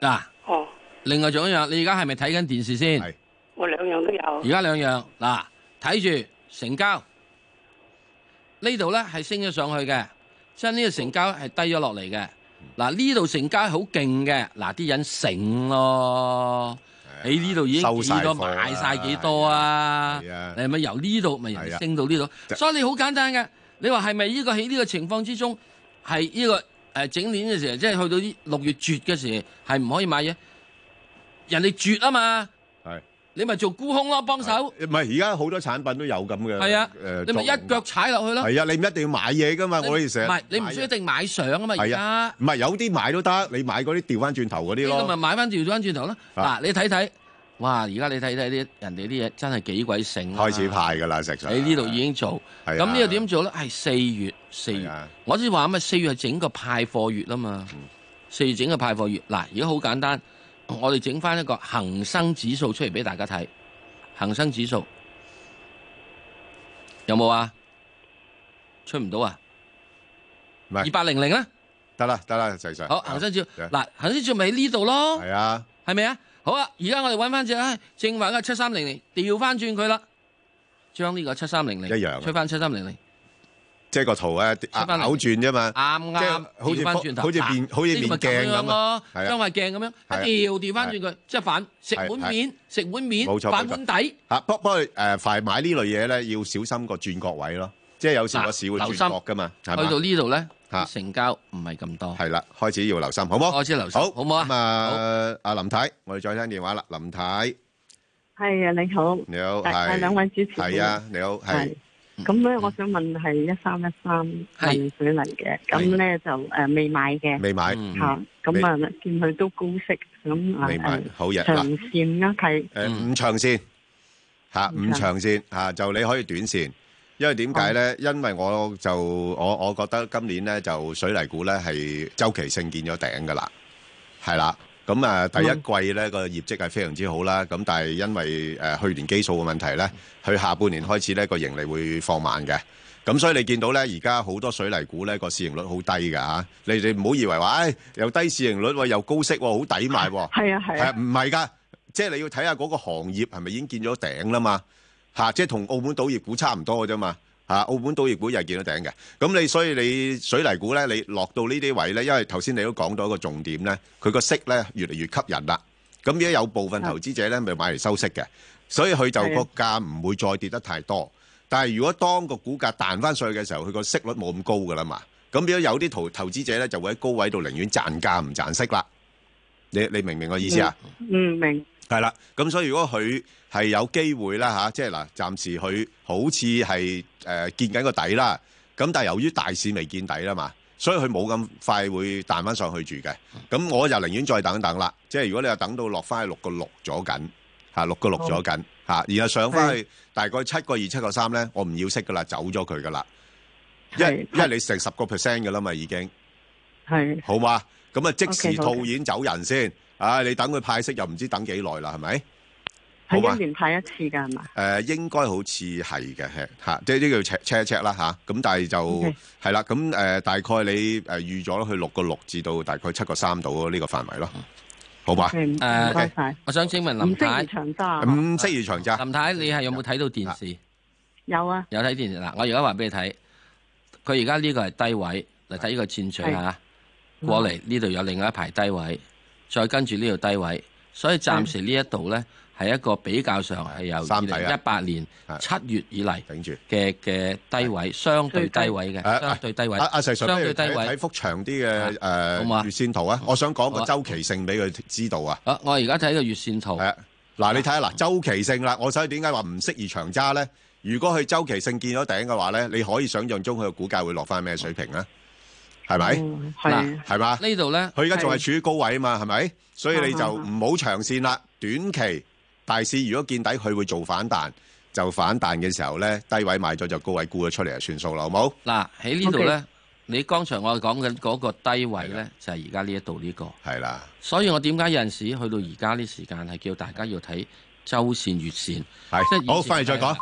嗱，
哦，
另外仲有一樣，你而家係咪睇緊電視先？
係
我兩樣都有
而。家兩樣嗱，睇住成交呢度咧係升咗上去嘅，即係呢個成交係低咗落嚟嘅。嗱呢度成交係好勁嘅，嗱啲人醒咯，喺呢度已經
收
幾
晒
多
貨啊啦
買晒幾多啊？
係啊
你係咪由呢度咪由
係啊
升到呢度？所以你好簡單嘅，你話係咪呢個喺呢個情況之中係呢個誒整年嘅時候，即係去到呢六月絕嘅時候係唔可以買嘢，人哋絕啊嘛，
係。
你咪做沽空咯，幫手。
唔係，而家好多產品都有咁嘅，
係啊
誒，
你
作用。
咪一腳踩落去咯。
係啊，你唔一定要買嘢㗎嘛，
你
我哋成日
唔係你唔需要一定買相啊嘛，而
係啊，
家呢
唔係，有啲買都得，你買嗰啲調返轉頭嗰啲咯。
個咪買翻調翻轉頭咯。
啊
嗱，你睇睇，哇！而家你睇睇啲人哋啲嘢真係幾鬼醒啊
開始派㗎啦，石Sir。
喺呢度已經做，
係啊
咁呢個點做咧？係四月，四
係
月
啊，
我先話啊嘛，四月係整個派貨月啊嘛，四月整個派貨月。嗱，而家好簡單，我哋整翻一個恒生指數出嚟俾大家睇，恒生指數有冇啊？出唔到啊？
唔係，
二八零零啦，
得啦，得啦，石Sir。
好，恒生指數
啊
嗱，恒生指數咪喺呢度咯，
係啊，係啊，
係咪啊？好啊，而家我哋揾翻只，唉正話嘅七三零零，調翻轉佢啦，將呢個七三零零
一樣啊
出翻七三零零。
即係個圖啊，
出返嚟。
扭轉啫嘛。
啱
即
啱
係好似
調翻
方
轉頭，
好似面
嗱
好似面
呢個咪
鏡咁啊
樣咯，
係啊
將塊鏡咁
係啊
樣一調調翻轉佢，即係反食碗面，食碗面
冇錯，
反
冇錯
碗底，
啊，不-不過，誒，凡買呢類嘢呢，要小心個轉角位咯，即係有時個
嗱，
市會轉
留心。去
角㗎嘛，係嘛？
到呢度咧，
嚇
啲成交唔係咁多。
係啦，開始要留心，好冇？
開始留心，
好，
好唔好啊？
咁啊，阿林太，我哋再聽電話啦，林太，你好，
系啊，你好，
係。
系两位主持人
係啊，你好，係
系。咁咧，我想問係一三一三
係
混水泥嘅，咁咧就誒未買嘅
未買，
嗯
嚇，咁啊見佢都高息，咁啊
未買
誒，
好嘢
長
嗱，
線啦係
誒五長線嚇，五
五長
長線嚇，就你可以短線，因為點解咧？因為我就我我覺得今年咧就水泥股咧係周期性見咗頂噶啦，係啦。咁啊，第一季咧個業績係非常之好啦，咁但係因為誒去年基數嘅問題咧，佢下半年開始咧個盈利會放慢嘅。咁所以你見到咧，而家好多水泥股咧個市盈率好低㗎嚇，你哋唔好以為話，唉、又低市盈率喎，又高息喎，好抵買喎。
係啊係
係啊，
啊，
唔係㗎，即係你要睇下嗰個行業係咪已經見咗頂啦嘛？嚇、即係同澳門賭業股差唔多嘅啫嘛。嚇、澳門賭業股又係見到頂嘅。咁你所以你水泥股咧，你落到呢啲位咧，因為頭先你都講到一個重點咧，佢個息咧越嚟越吸引啦。咁而家有部分投資者咧，咪買嚟收息嘅，所以佢就
係啊
個價唔會再跌得太多。但係如果當個股價彈翻上去嘅時候，佢個息率冇咁高㗎啦嘛。咁變咗有啲投投資者咧，就會喺高位度寧願賺價唔賺息啦。你你明唔明我意思啊？
嗯明，
係啦，咁所以如果佢係有機會啦吓、即係嗱，暫時佢好似呃係誒見緊個底啦。咁但係由於大市未見底啦嘛，所以佢冇咁快會彈翻上去住嘅。咁我就寧願再等等啦。即係如果你話等到落翻去六個六咗緊嚇，六個六咗緊嚇，然後上翻去大概七個二、七個三咧，我唔要息噶啦，走咗佢噶啦。因為
係
因為你成十個 percent 噶啦嘛，已經。
係
好嘛？咁啊，即時
OK，好
套
嘅
現走人先。啊，你等佢派息又唔知等幾耐啦，係咪？誒、好啊
係一年派一次㗎係嘛？
應該呃好似係嘅，係嚇，即係呢個要 check check 一 check 啦嚇。咁、但係就
OK
係啦，咁誒、大概你誒、預咗去六個六至到大概七個三度呢個範圍咯，
嗯
好嘛？
係唔
誒
該晒，
我想請問
唔
林
適
太，
宜長揸啊
唔適宜長
嗯
揸，啊
林太你係有冇睇到電視？
有啊，
有睇電視嗱，我而家話俾你睇，佢而家呢個係低位，嚟睇呢個戰場嚇，
嗯
過嚟呢度有另外一排低位，再跟住呢度低位，所以暫時呢一度呢，係一個比較上係由二
三底
零
啊
一八年七月以嚟
頂住。
嘅嘅低位，相對低位嘅，
啊
相對低位
啊啊，石 Sir，
相
不如
對低
睇睇
位。
幅長啲嘅
好嘛
誒月線圖啊，我想講
好
個
啊
周期性俾佢知道啊。
啊，我而家睇個月線圖。
係啊嗱，你睇
嗯
下嗱，周期性啦，我所以點解話唔適宜長揸咧？如果佢周期性見咗頂嘅話咧，你可以想象中佢嘅股價會落翻咩水平啊？係咪？
嗯
嗯
係
係嘛？
呢度咧，
佢而家仲係處於高位啊嘛，係咪？所以你就唔好長線啦，短期大市如果見底，佢會做反彈，就反彈嘅時候咧，低位買咗就高位沽咗出嚟就算數啦，好冇？
嗱喺呢度咧
OK，
你剛才我講緊嗰個低位
啊
咧，就係而家呢一度呢個。
係啦，
所以我點解有陣時去到而家呢時間係叫大家要睇周線、月線，即係
係
以前
好，翻嚟再講。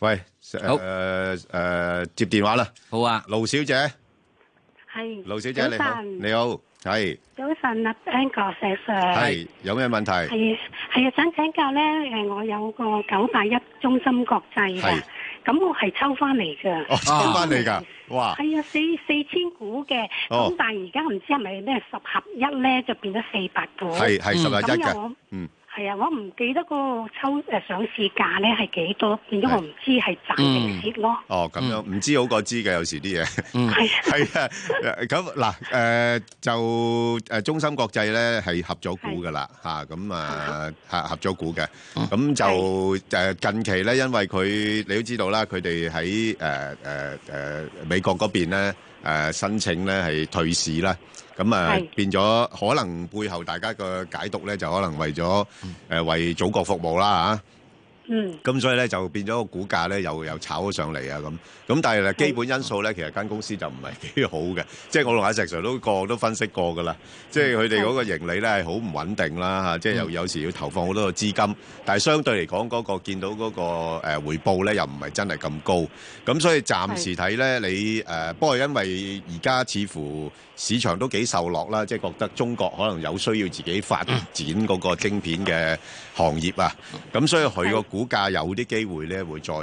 喂，
好
誒誒、接電話啦，
好啊。
盧小姐，
係
盧小姐你好，你好，係
早晨啊，Ben 哥石 Sir，
係有咩問題？
係係啊，想請教咧，誒，我有個九八一中心國際
係
嘅，咁我係抽翻嚟嘅，
哦，收翻嚟㗎，哇！
係啊，四四千股嘅，
哦
咁但係而家唔知係咪咩十合一咧，就變咗四百股，
係係
嗯
十
咁
廿一
又
嘅
我，
嗯，
係啊，我唔記得嗰個抽誒上市價咧係幾多，變咗我唔知係賺定蝕咯。
哦咁樣，唔知好過知嘅，有時啲嘢。
嗯
係啊，
係啊，咁嗱，誒就誒中芯國際咧係合咗股噶啦，嚇咁啊合合咗股嘅，咁就誒近期咧，因為佢你都知道啦，佢哋喺誒誒誒美國嗰邊咧誒申請咧係退市啦，咁啊
係
變咗可能背後大家個解讀咧就可能為咗誒為祖國服務啦嚇。
嗯，
咁所以咧就變咗個股價咧又又炒咗上嚟啊咁，咁但係咧基本因素咧，其實間公司就唔係幾好嘅， 即係我同阿石 Sir 都個都分析過噶啦，即係佢哋嗰個盈利咧係好唔穩定啦嚇，即係又有時要投放好多個資金，但係相對嚟講嗰個見到嗰個誒回報咧又唔係真係咁高，咁所以暫時睇咧你誒，不過因為而家似乎市場都幾受落啦，即係覺得中國可能有需要自己發展嗰個晶片嘅行業啊。咁所以佢個股價有啲機會咧，會再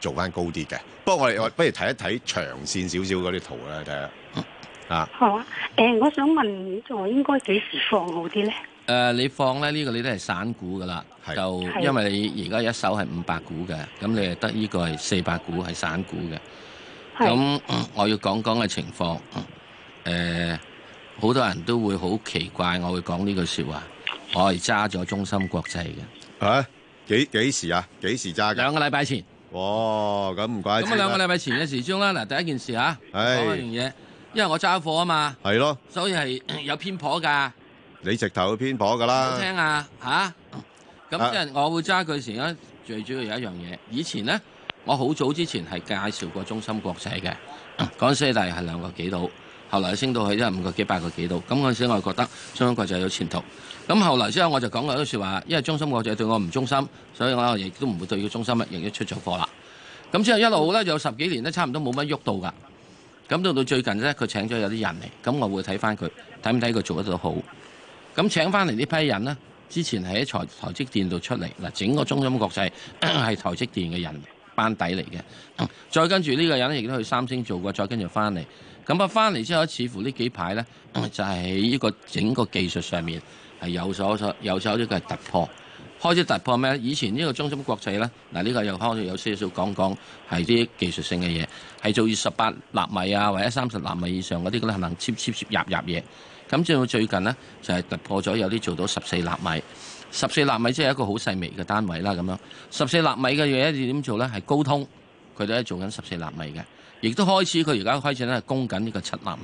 做翻高啲嘅。不過我哋我不如睇一睇長線少少嗰啲圖啦，睇下。
好啊。誒、我想問我應該幾時放好啲咧？
嗯
誒、呃你放咧呢、個你都係散股噶啦，
係
就
係
因為你而家一手係五百股嘅，咁你係得呢個係四百股係散股嘅。
係
咁嗯我要講講嘅情況，誒、嗯呃好多人都會好奇怪，我會講呢句説話。我係揸咗中心國際嘅，
啊，幾幾時啊？幾時揸㗎？
兩個禮拜前。
哇！咁唔怪之
咁啊，
啦
兩個禮拜前嘅時鐘啦。嗱，第一件事嚇，
係
講一樣嘢，因為我揸貨啊嘛，
係咯，
所以係 有偏頗㗎。
你直頭偏頗㗎啦
好。聽啊吓，咁、
啊
即係我會揸佢時咧，最主要有一樣嘢。以前咧，我好早之前係介紹過中芯國際嘅，嗰陣時大約係兩個幾度，後來升到去一五個幾八個幾度。咁嗰陣時我覺得中芯國際有前途。咁後來之後我就講過一句説話，因為中芯國際對我唔忠心，所以我亦都唔會對佢忠心啦，亦都出咗貨啦。咁之後一路咧有十幾年咧，差唔多冇乜喐到㗎。咁到到最近咧，佢請咗有啲人嚟，咁我會睇翻佢睇唔睇佢做得到好。咁請翻嚟呢批人呢，之前係喺台台積電度出嚟，嗱整個中芯國際 係台積電嘅人班底嚟嘅。 再跟住呢個人呢亦都去三星做過，再跟住翻嚟。咁啊，翻嚟之後，似乎呢幾排呢， 就係喺呢個整個技術上面係有所所有所呢個係突破。開始突破咩呢？以前呢個中芯國際呢，嗱呢個又開始有少少講講係啲技術性嘅嘢，係做二十八納米啊，或者三十納米以上嗰啲咧，可能切切切入入嘢。咁至到最近呢，就係、突破咗有啲做到十四納米，十四納米即係一個好細微嘅單位啦。咁樣十四納米嘅嘢你點做呢？係高通佢都係做緊十四納米嘅，亦都開始佢而家開始咧係供緊呢個七納米。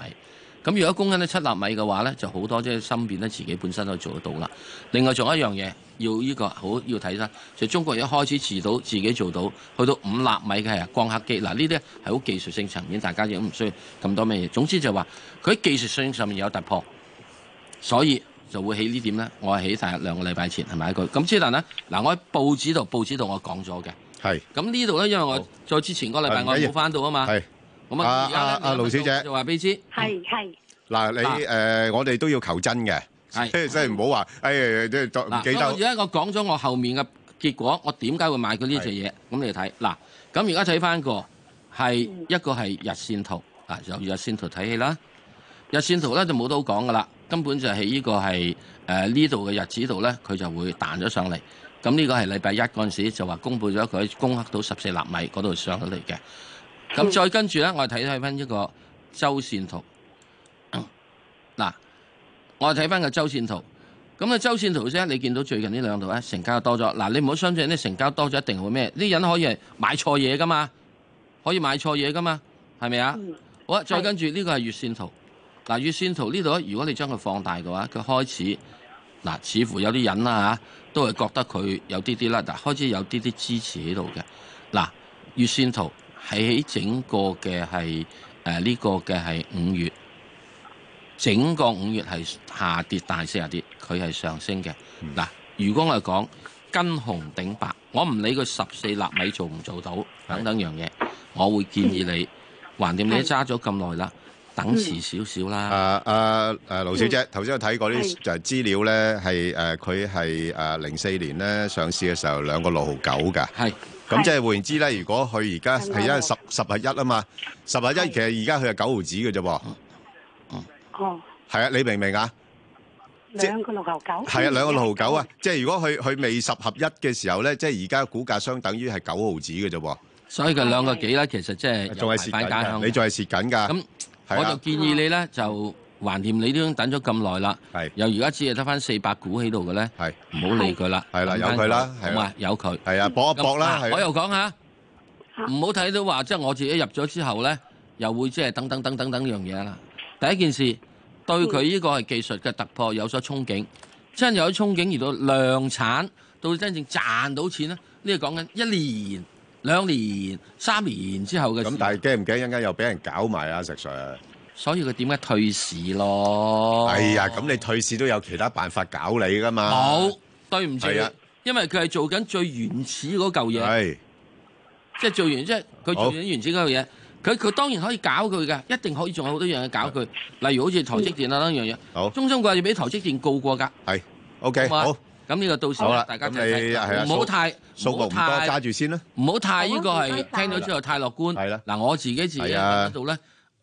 咁如果供緊呢七納米嘅話呢，就好多即係芯片咧自己本身都做得到啦。另外仲有一樣嘢要呢、個好要睇啦，就中國一開始自到自己做到去到五納米嘅係光刻機嗱，呢啲係好技術性層面，大家亦都唔需要咁多咩嘢。總之就話佢喺技術性上面有突破。所以就會起呢點呢。我係起大約兩個禮拜前係咪一句？咁之但呢，嗱，我喺報紙度報紙度我講咗嘅。
係
咁呢度呢，因為我
好
再之前個禮拜
唔
我
緊要
冇翻到啊嘛。
係
咁
啊
而家呢
啊啊
你
盧小姐
就話俾你知，
係係
嗱，你
嗱
誒我哋都要求真嘅。
係
即係即係唔好話，哎呀，即係作唔
嗱，
記
咁我而
得。
家我講咗我後面嘅結果，我點解會買佢呢隻嘢？咁你睇嗱，咁而家睇翻個係一個係日線圖啊，由日線圖睇起啦。日線圖咧就冇得好講噶啦，根本就係呢個係誒呢度嘅日子度咧，佢就會彈咗上嚟。咁呢個係禮拜一嗰陣時就話公佈咗佢攻克到十四納米嗰度上咗嚟嘅。咁再跟住咧，我哋睇睇翻一個周線圖。嗱，我哋睇翻個周線圖。咁啊，周線圖啫，你見到最近呢兩度咧，啊成交多咗。嗱，你唔好相信呢成交多咗一定會咩？啲人可以係買錯嘢噶嘛，可以買錯嘢噶嘛，係咪啊？好啊，再跟住呢個係月線圖。嗱，月線圖呢度咧，如果你將佢放大嘅話，佢開始嗱，似乎有啲人啦嚇，都係覺得佢有啲啲啦，嗱，開始有啲啲支持喺度嘅。嗱，月線圖係喺整個嘅係誒呢個嘅係五月。整個五月係下跌大四十跌，佢係上升嘅。嗱、如果我係講跟紅頂白，我唔理佢十四納米做唔做到等等樣嘢，我會建議你，橫掂你都揸咗咁耐啦，等遲少少啦。
啊啊啊！盧小姐，頭先我睇過啲
係
就係資料咧，係誒佢係誒零四年咧上市嘅時候兩個六毫九㗎。
係
咁即係換言之咧，如果佢而家係因為十十合一啊嘛，十合一其實而家佢係九毫子嘅啫喎。
哦，
係啊，你明唔明啊？ 即
兩個六毫九，
係啊，兩個六毫九啊，即係如果佢佢未十合一嘅時候咧，即係而家股價相等於係九毫子嘅啫喎，
所以佢兩個幾咧，其實即係
啊仲係
有
蝕
排
緊
返家鄉
㗎，
嘅
你仲係蝕緊㗎。
咁
係啊
我就建議你咧，就橫掂你都等咗咁耐啦，
係
又而家只係得翻四百股喺度嘅咧，
係
唔好理佢啦，
係啦
等
由
返
佢啦
好
係
嘛
啦，
由佢。
係啊，搏一搏啦，
咁嗱我
係啊
又講下，唔好睇到話即係我自己入咗之後咧，又會即係等等等等等樣嘢啦。第一件事對佢呢個係技術嘅突破有所憧憬，真係有咗憧憬而到量產，到真正賺到錢咧，呢個講緊一年、兩年、三年之後嘅事。
咁但係驚唔驚一陣間又俾人搞埋啊？石 Sir，
所以佢點解退市咯？
哎呀，咁你退市都有其他辦法搞你㗎嘛？
冇對唔住
係啊，
因為佢係做緊最原始嗰嚿嘢。
係
即係做完即係佢
好
做完原始嗰樣嘢，佢佢當然可以搞佢㗎，一定可以仲有好多樣嘢搞佢，例如好似台積電啊等樣嘢。
好
中心國要俾台積電告過㗎，
係 OK
嘛
好，
咁呢個到時
好啦
大家
咁
睇睇
你係啊
唔好太
數
唔
目
好
唔多揸
太
住先啦。
唔好太呢個
好
係
唔該晒
聽到之後太樂觀。
係啦
嗱我自己自己
係啊
喺度咧，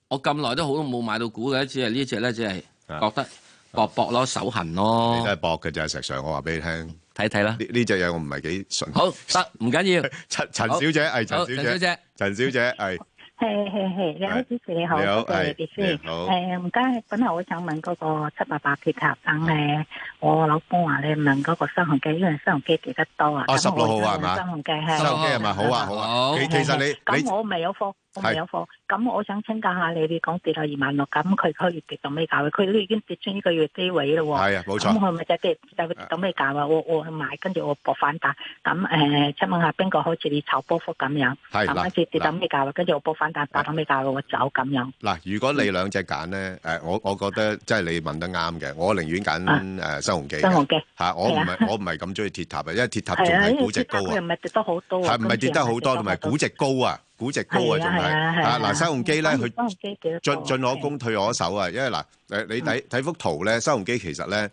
我咁耐都好冇買到股嘅，只係呢只咧，只係
啊
覺得搏搏咯，手痕
你
咯
都，係搏嘅咋，石 Sir，我話俾你聽，呢
睇睇啦。
呢只嘢我唔係幾信。
好得唔緊要，
陳陳小姐 係陳
好
小
陳小
姐，
姐，
陳小姐係
係係係，兩位主持你好，
你好
多謝你哋
係
先。
你好
誒，唔該，本來我想問嗰個七八八鐵塔，等誒，我老公話你問嗰個新鴻基，因為新鴻基幾得多啊？
哦
咁我
16號啊
想
係
問
嘛
新鴻基係。
收機係咪？好啊好
好
啊，其其實你你
咁我未有貨，我未有貨。咁我想請教下你，你講跌到二萬六，咁佢可以跌到咩價位？佢都已經跌穿呢個月低位咯喎。
係啊，
咁
冇錯。啊
佢咪就跌就跌到咩價位？我我去買，跟住我搏反彈。咁誒，請問下邊個好似你炒波幅咁樣？
係
咁
嗱
一次跌到
嗱
咩價位？跟住我搏反彈，打到咩價位我走咁樣。
嗱，如果你兩隻揀咧，誒我我覺得即係你問得啱嘅，我寧願揀誒新鴻基
真好
嘅
嘅，
嚇，我唔
係
係我唔係咁中意鐵塔嘅，因為鐵塔仲
係啊，
係
因為
估值高
跌得
啊
佢。唔係跌得好多啊，
係唔係跌得好多，同埋估值高啊，估值高啊，仲係啊嗱，新鴻基咧，佢進進我攻退我守啊，因為嗱誒，你睇睇幅圖咧，新鴻基其實咧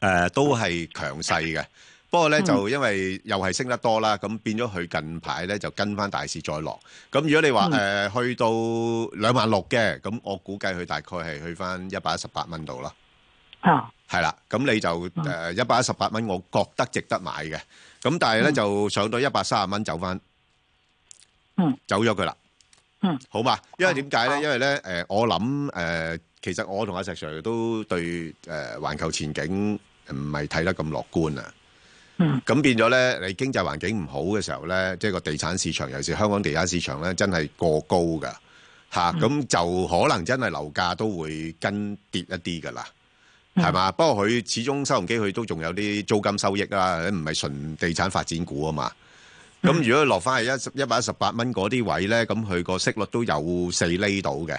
誒都係強勢嘅，不過咧就因為又係升得多啦，咁變咗佢近排咧就跟翻大市再落。咁如果你話誒去到兩萬六嘅，咁我估計佢大概係去翻一百一十八蚊度啦。
啊，
係啦，咁你就誒一百一十八蚊，我覺得值得買嘅。咁但係咧就上到一百三十蚊走翻，
嗯，
走咗佢啦，
嗯，
好嘛？因為點解咧？
好
因為咧誒，我諗誒，其實我同阿石 Sir 都對誒環球前景唔係睇得咁樂觀啊。
嗯，
咁變咗咧，你經濟環境唔好嘅時候咧，即係個地產市場，尤其是香港地產市場咧，真係過高噶嚇，咁、就可能真係樓價都會跟跌一啲噶啦。係嘛？不過佢始終收容機，佢都仲有啲租金收益啦，唔係純地產發展股啊嘛。咁如果落翻係一一百一十八蚊嗰啲位咧，咁佢個息率都有四厘到嘅。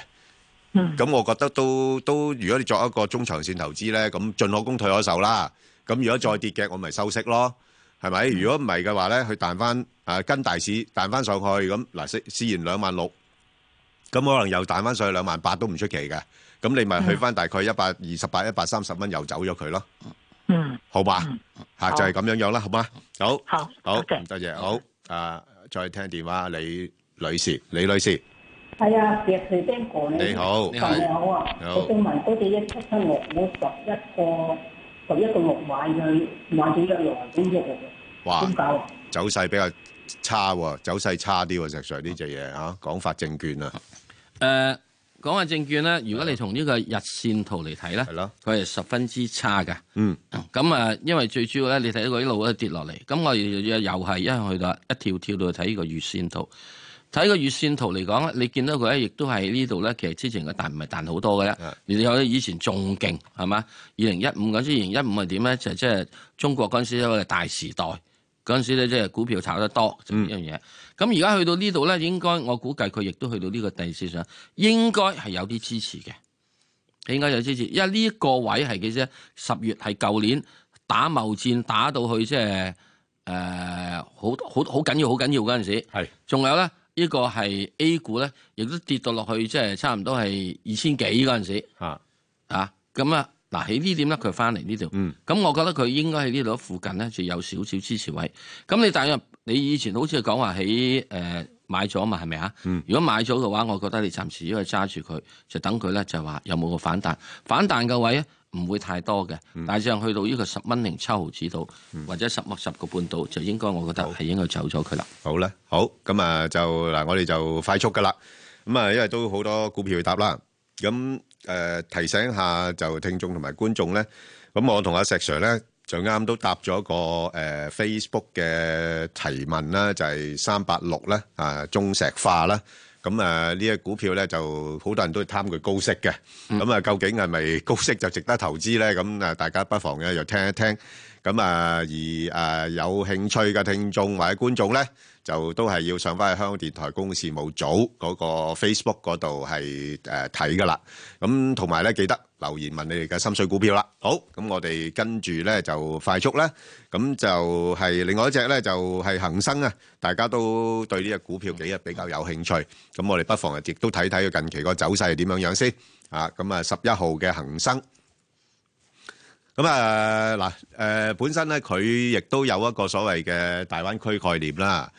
嗯
咁我覺得都都，如果你作一個中長線投資咧，咁進可攻退可守啦。咁如果再跌嘅，我咪收息咯，係咪？如果唔係嘅話咧，佢彈翻啊跟大市彈翻上去咁嗱，雖雖然兩萬六，咁可能又彈翻上去兩萬八都唔出奇嘅。咁咁你咪去翻大概一百二十八、一百三十蚊又走咗佢咯，
嗯，
好嘛？吓就係咁樣樣啦，好嘛？好，
好
好，
多謝
唔多謝，好啊，再聽電話，李女士，李女士，
係啊，石瑞冰哥
你好你好
你好啊，
你好
我想問嗰隻一七七六，我十一個十一個六買嘅，買咗一耐咁喐嘅，
哇
點，搞啊？
走勢比較差喎，走勢差啲喎，石 Sir 呢只嘢吓，廣發證券啊，
誒講下證券咧，如果你從呢個日線圖嚟睇咧，佢係十分之差嘅。
嗯，
咁啊，因為最主要咧，你睇到佢一路都跌落嚟，咁我哋又係一向去到一跳跳到去睇個月線圖。睇個月線圖嚟講咧，你見到佢咧，亦都係呢度咧。其實之前嘅彈唔係彈好多嘅咧，你有以前仲勁係嘛？二零一五嗰陣時，二零一五係點咧？就即、係中國嗰陣時一個大時代，嗰陣時咧即係股票炒得多就呢樣嘢。咁而家去到呢度咧，應該我估計佢亦都去到呢個地市上，應該係有啲支持嘅。應該有支持，因為呢個位係幾啫？啊十月係舊年打貿戰打到去即係誒好好好緊要好緊要嗰陣時，
係
仲有咧，呢、個係 A 股咧，亦都跌到落去即係差唔多係二千幾嗰陣時，
啊
啊咁啊嗱喺呢點咧佢翻嚟呢度，咁、我覺得佢應該喺呢度附近咧就有少少支持位。咁你大約你以前好似講話喺誒買咗嘛係咪啊？
嗯
如果買咗嘅話，我覺得你暫時因為揸住佢，就等佢咧就話有冇個反彈。反彈嘅位咧唔會太多嘅，大致上去到呢個十蚊零七毫子度，或者十十個半度，就應該我覺得係應該走咗佢啦。
好啦，好咁啊，就嗱，我哋就快速噶啦。咁啊，因為都好多股票要答啦。咁誒、呃提醒下就聽眾同埋觀眾咧。咁我同阿石 Sir 咧就啱都答咗個誒、呃 Facebook 嘅提問啦，就係三八六啦，啊中石化啦。咁啊，呢只股票咧就好多人都貪佢高息嘅。咁啊，究竟係咪高息就值得投資咧？咁啊，大家不妨咧又聽一聽。咁啊，而誒有興趣嘅聽眾或者觀眾咧，就都係要上翻去香港電台公共事務組嗰個 Facebook 嗰度係誒睇噶啦。咁同埋咧，記得留言問你哋嘅心水股票啦。好，咁我哋跟住咧就快速咧，咁就係另外一隻咧就係恒生啊，大家都對呢只股票幾日比較有興趣。咁我哋不妨亦都睇睇佢近期個走勢係點樣樣先啊。咁啊，十一號嘅恒生。咁啊嗱，誒、本身咧佢亦都有一個所謂嘅大灣區概念啦。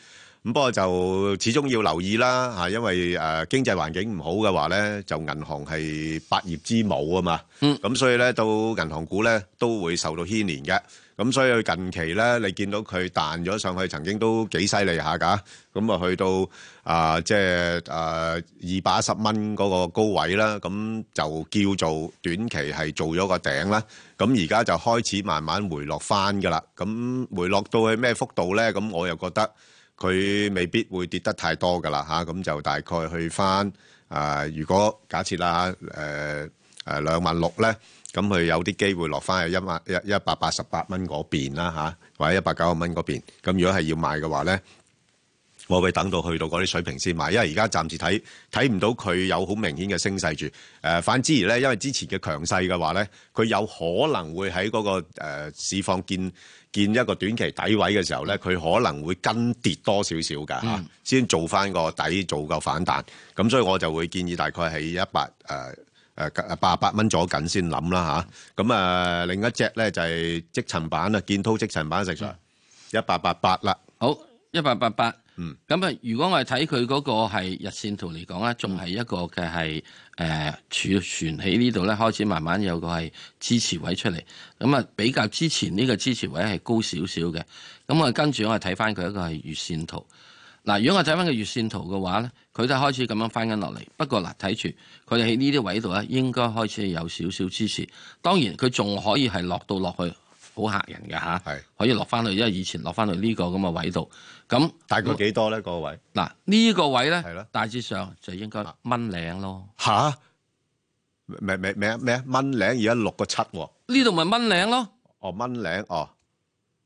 咁不過就始終要留意啦嚇，因為誒、經濟環境唔好嘅話咧，就銀行係百業之母啊嘛。
嗯
咁所以咧，到銀行股咧都會受到牽連嘅。咁所以佢近期咧，你見到佢彈咗上去，曾經都幾犀利下㗎。咁啊，去到啊、即係啊二百一十蚊嗰個高位啦，咁就叫做短期係做咗個頂啦。咁而家就開始慢慢回落翻㗎啦。咁回落到去咩幅度咧？咁我又覺得。佢未必會跌得太多㗎啦嚇，咁、就大概去翻啊、如果假設啦誒誒兩萬六咧，咁佢有啲機會落翻去一萬一一百八十八蚊嗰邊啦嚇、或者一百九十蚊嗰邊。咁如果係要買嘅話咧，我會等到去到嗰啲水平先買，因為而家暫時睇睇唔到佢有好明顯嘅升勢住。誒、反之而咧，因為之前嘅強勢嘅話咧，佢有可能會喺嗰、個、呃、市況見見一個短期底位嘅時候咧，佢可能會跟跌多少少㗎嚇
嗯，
先、做翻個底，做個反彈。咁所以我就會建議大概喺一百誒。誒八百蚊左緊先諗啦嚇，咁啊另一隻咧就係積塵板啊，建滔積塵板食材一八八八啦，
好一八八八，
嗯，
咁啊，如果我哋睇佢嗰個係日線圖嚟講咧，仲係一個嘅係誒儲船喺呢度咧，開始慢慢有個係支持位出嚟，咁啊比較之前呢個支持位係高少少嘅，咁啊我跟住我哋睇翻佢一個係月線圖。嗱，如果我睇翻個月線圖嘅話咧，佢都開始咁樣翻緊落嚟。不過嗱，睇住佢哋喺呢啲位度咧，應該開始有少少支持。當然佢仲可以係落到落去，好嚇人嘅嚇，可以落翻去，因為以前落翻去呢個咁嘅位度。咁嗯
大概幾多咧？個位
嗱呢個位咧，大致上就應該蚊領咯。
吓？咩咩咩咩蚊領而家六個七喎，
呢度咪蚊領咯，
哦蚊領哦，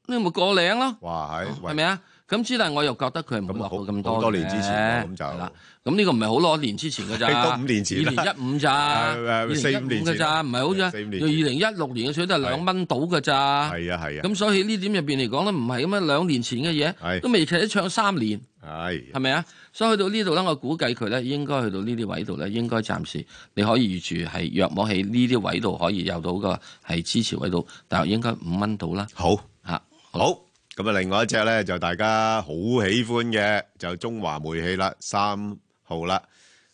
呢咪過領咯，
哇係，
係咪啊？咁之但我又覺得佢唔會落到咁多
啊好多年之前喎
嘅
咁就
係啦咁呢個唔係好多年之前嘅咋，
都五年前啦
二零一五咋，
係係
二零
四
一
五年
五
前
嘅咋，唔係好咋，
四
二
五年前
零一六年嘅水都係兩蚊到嘅咋，
係啊係啊，
咁所以呢點入邊嚟講咧，唔係咁樣兩年前嘅嘢，都未企得唱三年，
係
係咪啊？所以去到呢度咧，我估計佢咧應該去到呢啲位度咧，應該暫時你可以預住係若摸喺呢啲位度可以有到個係支持位度，但係應該五蚊到啦。
好
嚇，
好。咁啊，另外一隻咧就大家好喜歡嘅就中華煤氣啦，三號啦。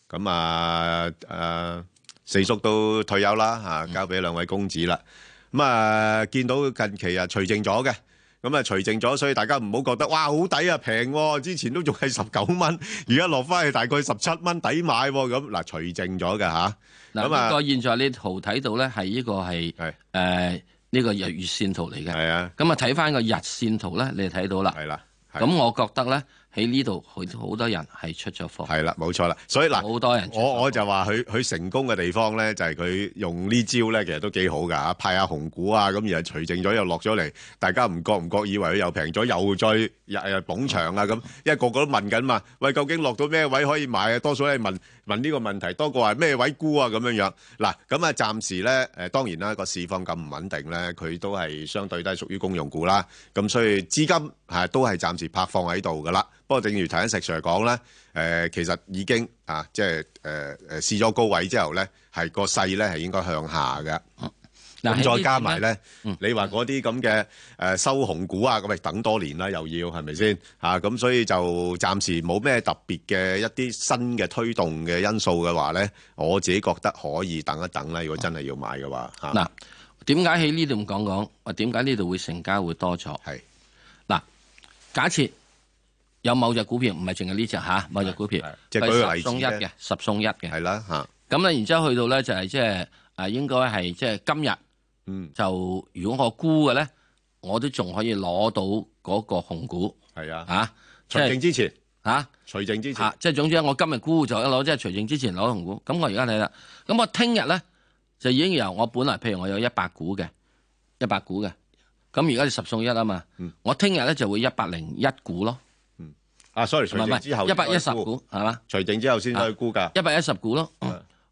咁啊誒，四叔都退休啦嚇，交俾兩位公子啦。咁啊，見到近期啊除淨咗嘅，咁啊除淨咗，所以大家唔好覺得哇好抵啊平喎，之前都仲係十 九蚊，而家落翻去大概十七蚊抵買喎。咁嗱除淨咗嘅嚇，
嗱，
咁
呢
啊
個現在你圖睇到咧係呢個係誒呢個日月線圖嚟嘅。
係啊。
咁啊睇翻個日線圖咧，你就睇到啦。
係啦。
咁我覺得咧喺呢度好好多人係出咗貨。
係啦，冇錯啦，所以嗱，
好多人
我我就話佢佢成功嘅地方咧，就係佢用呢招咧，其實都幾好㗎，派下紅股啊，咁然後除淨咗又落咗嚟，大家唔覺唔覺以為佢又平咗，又再又又捧場啊咁，因為個個都問緊嘛，喂，究竟落到咩位可以買啊？多數咧問問呢個問題，多過話咩位沽啊咁樣樣。嗱，咁啊，暫時咧誒，當然啦，個市況咁唔穩定咧，佢都係相對都係屬於公用股啦，咁所以資金啊都係暫時拍放喺度㗎啦。不過正如頭先石 Sir 講咧。誒、呃其實已經啊，即係誒誒試咗高位之後咧，係個勢咧係應該向下嘅。咁
嗱喺呢嗯點
再
咧
加埋咧，你話嗰啲咁嘅誒收紅股啊，咁咪等多年啦，又要係咪先嚇？咁、所以就暫時冇咩特別嘅一啲新嘅推動嘅因素嘅話咧，我自己覺得可以等一等啦。如果真係要買嘅話嚇，
嗱，點解喺呢度咁講講？或點解呢度會成交會多咗？
係
嗱，假設有某隻股票唔係淨係呢只吓，某隻股票
即係
佢
舉個
十
例子
送一
咧
嘅，十送一嘅，
係啦嚇。
咁咧，然之後去到咧就係即係啊，應該係即係今日，
嗯，
就如果我沽嘅咧，我都仲可以攞到嗰個紅股，
係啊，
嚇，
除淨之前
嚇，
除淨之前
啊，即係總之我今日沽咗一攞，即係除淨之前攞紅股。咁我而家睇啦，咁我聽日咧就已經由我本來譬如我有一百股嘅，一百股嘅，咁而家就十送一啊嘛，
嗯
我聽日咧就會一百零一股咯，
啊，sorry，
唔
除
係唔
淨之後
係一百一十
先可以沽
股啊係嘛？
除淨之後先可以沽㗎。啊
一百一十股咯。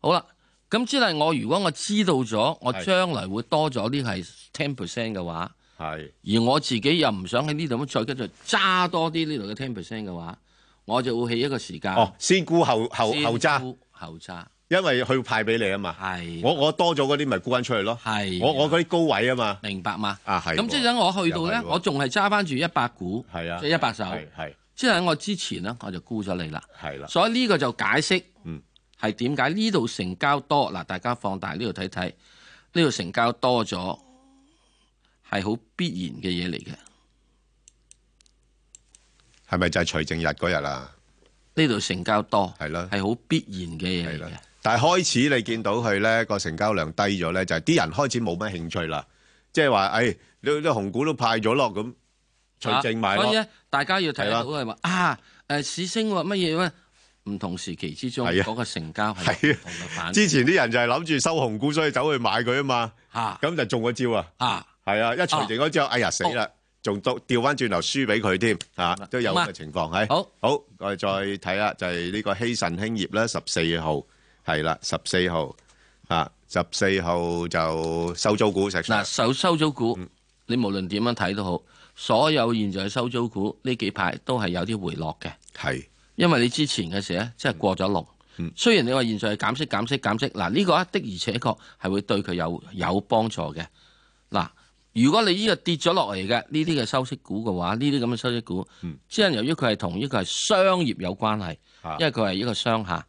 好啦，咁之係我如果我知道咗，我
係
將來會多咗呢係 ten percent 嘅話，
係
而我自己又唔想喺呢度咁再繼續揸多啲呢度嘅 ten percent 嘅話，我就會起一個時間
哦，先沽後後後揸。
後揸。
因為佢派俾你啊嘛，
係
我我多咗嗰啲咪沽翻出去咯，
係
我我嗰啲高位啊嘛，
明白嘛？
啊係喎，
咁即係等我去到
又
咧
係，喎
我仲係揸翻住一百股，
係啊
即係一百手。
係係
即係喺我之前咧，我就沽咗你啦。
係啦，
所以呢個就解釋
嗯
係點解呢度成交多嗱，大家放大呢度睇睇，呢度成交多咗係好必然嘅嘢嚟嘅。
係咪就係除淨日嗰日啊？
呢度成交多
係啦，
係好必然嘅嘢嚟嘅。
但係開始你見到佢咧個成交量低咗咧，就係啲人開始冇乜興趣啦，即係話誒，你啲紅股都派咗咯，咁除淨買
啊所以
咯
咧，，大家要睇
係啦
到係話啊，誒市升喎乜嘢咩？唔同時期之中
係啊
嗰個成交係
係
唔同嘅反
啊，
應
之前啲人就係諗住收紅股，所以走去買佢啊嘛，
嚇，
咁就中咗招啊，
啊
係啊，一除淨咗之後，哎呀死啦，仲到調翻轉頭輸俾佢添嚇，都有咁嘅情況係。
好，
好，我哋再睇啦，就係呢個希慎興業啦，十四號係啦，十四號啊，十四號就收租股石 Sir
嗱，收收租股，你無論點樣睇都好，所有現在收租股呢幾排都係有啲回落嘅，
係
因為你之前嘅時咧，即係過咗龍。雖然你話現在係減息、減息、減息，嗱呢個的而且確係會對佢有有幫助嘅。嗱，如果你呢個跌咗落嚟嘅呢啲嘅收息股嘅話，呢啲咁嘅收息股，只係由於佢係同呢個係商業有關係，
啊
因為佢係一個商廈，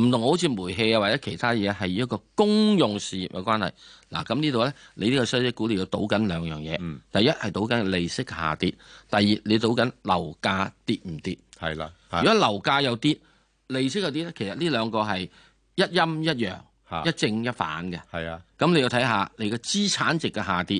唔同好似煤氣啊或者其他嘢係一個公用事業嘅關係。嗱，咁呢度呢，你呢個收息股你要賭緊兩樣嘢，第一係賭緊利息下跌，第二你賭緊樓價跌唔跌。
係啦，
如果樓價又跌，利息又跌咧，其實呢兩個係一陰一陽，
啊
一正一反嘅。
係啊，
咁你要睇下你嘅資產值嘅下跌，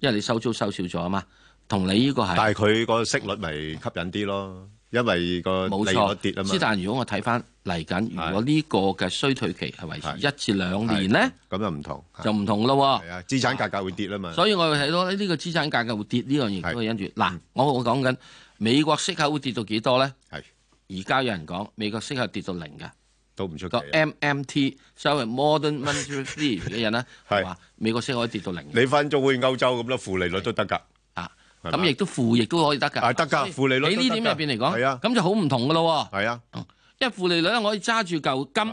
因為你收租收少咗啊嘛，同你呢個係。
但係佢個息率咪吸引啲咯，因為個
冇
利率跌啊
錯，
嘛
之，但如果我睇翻嚟緊，如果呢個嘅衰退期係維持一至兩年
係
咧，
咁又唔同，
就唔同咯
係啊，資產價格會跌啊嘛，
喎。所以我會睇到呢個資產價格會跌呢樣嘢都係因住。
嗯
嗱，我我講緊美國息口會跌到幾多咧？
係
而家有人講美國息口跌到零㗎。
都唔出奇
個。MMT 所謂 Modern Monetary Theory 嘅人咧，係話美國息可以跌到零。
你分鐘好似歐洲咁啦，負利率都得㗎，
啊，
係嘛
咁亦都負，亦都可以得㗎。
啊得㗎負利率都得
喺
㗎
呢點入邊嚟講，
係啊
咁就好唔同㗎咯
喎。係啊，
因為負利率咧，我可以揸住嚿金，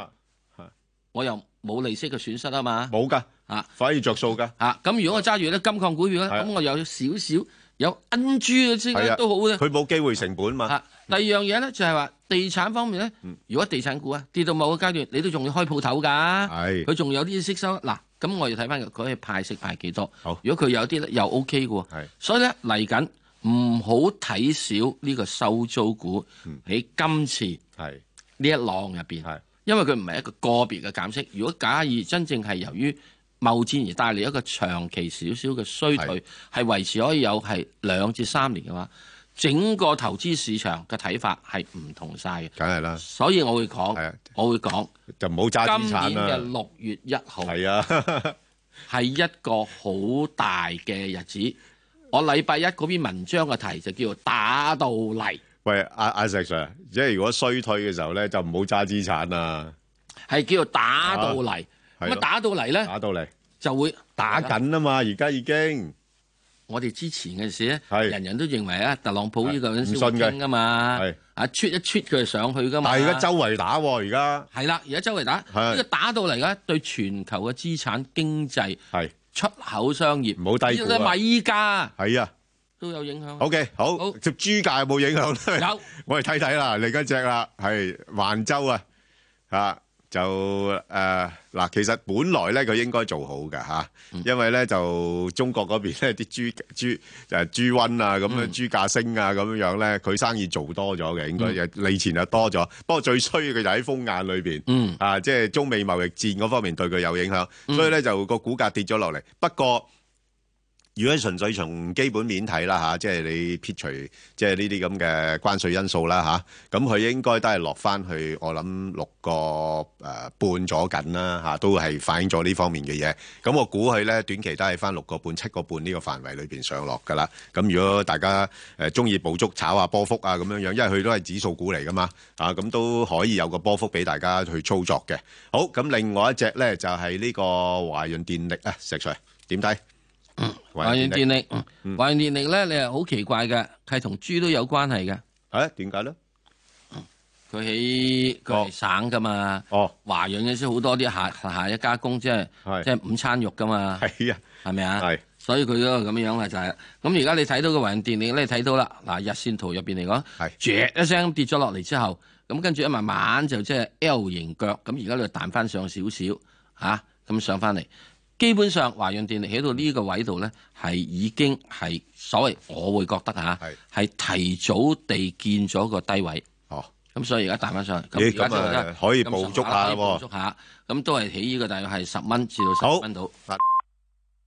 我又冇利息嘅損失啊嘛。
冇㗎，
啊，
反而着數 㗎。
啊，咁如果我揸住啲金礦股票咧，
係啊
咁我有少少有 N G 嘅資
係啊
金都好嘅。
佢啊冇機會成本嘛。
第二樣嘢咧就係話地產方面
嗯
咧，如果地產股啊跌到某個階段，你都仲要開鋪頭㗎，
啊
佢仲有啲息收嗱。咁我要睇翻佢佢係派息派幾多？如果佢有啲咧又 OK 嘅喎，所以咧嚟緊唔好睇少呢個收租股
嗯
喺今次呢一浪入邊，因為佢唔係一個個別嘅減息。如果假如真正係由於貿戰而帶嚟一個長期少少嘅衰退，係維持可以有係兩至三年嘅話，整個投資市場嘅睇法係唔同晒嘅。
梗係啦，
所以我會講，我會講
就唔好揸啊資產啦
今年嘅六月一號
係啊，
係一個好大嘅日子。我禮拜一嗰篇文章嘅題就叫做打到嚟。
喂，阿阿石 Sir，即係如果衰退嘅時候咧，就唔好揸資產啦。
係叫做打到嚟。
係
咁
咯
啊打到嚟咧，
打到嚟
就會
打緊啊嘛，而家已經。
我哋之前嘅事咧，人人都認為啊，特朗普呢個人
唔信
先
佢
傾噶嘛，啊，出一出佢就上去噶嘛。
但係而家周圍打喎，而家
係啦，而家周圍打，
係
呢個打到嚟咧，對全球嘅資產經濟、出口商業，
唔好低估啊
呢個米價
係啊。
都有影響。
OK，好，隻豬價有冇影響咧？ 我哋睇睇啦，嚟緊隻啦，係，橫州啊，啊，就，誒，嗱，其實本來咧，佢應該做好㗎，吓，因為咧，就中國嗰邊咧，啲豬- 豬-誒，豬瘟啊，咁樣，豬價升啊，咁樣樣咧，佢生意做多咗嘅，應該，利錢就多咗，不過最衰嘅就喺風眼裏邊，
嗯
啊，即係中美貿易戰嗰方面對佢有影響，所以咧，就個股價跌咗落嚟。不過如果純粹從基本面睇啦嚇，即係你撇除即係呢啲咁嘅關税因素啦嚇，咁佢應該都係落翻去我諗六個誒半咗緊啦嚇，都係反映咗呢方面嘅嘢。咁我估佢咧短期都係翻六個半、七個半呢個範圍裏邊上落㗎啦。咁如果大家誒中意捕捉炒下波幅啊咁樣樣，因為佢都係指數股嚟㗎嘛，啊咁都可以有個波幅俾大家去操作嘅。好，咁另外一隻咧就係呢個華潤電力啊，石 Sir 點睇？
華潤電力，嗯華潤電力咧，你係好奇怪嘅，係同豬都有關係嘅。
誒點解咧？
佢喺佢係省噶嘛？
哦，
華潤嘅先好多啲下下一加工，即係即係午餐肉噶嘛？
係啊，
係咪啊？
係。
所以佢嗰個咁樣啦，就係咁。而家你睇到個華潤電力咧，你睇到啦。嗱，日線圖入邊嚟講，啜一聲咁跌咗落嚟之後，咁跟住一慢慢就即係 L 型腳，咁而家就彈翻上少少嚇，咁、上翻嚟。基本上華潤電力喺到呢個位度呢，係已經係所謂我會覺得嚇，係提早地見咗個低位。
哦，
咁所以而家彈翻上嚟，
咦
而家
咁啊可以捕捉下啦
咁上可以捕捉下，咁都係起呢個大約係十蚊至到十蚊到。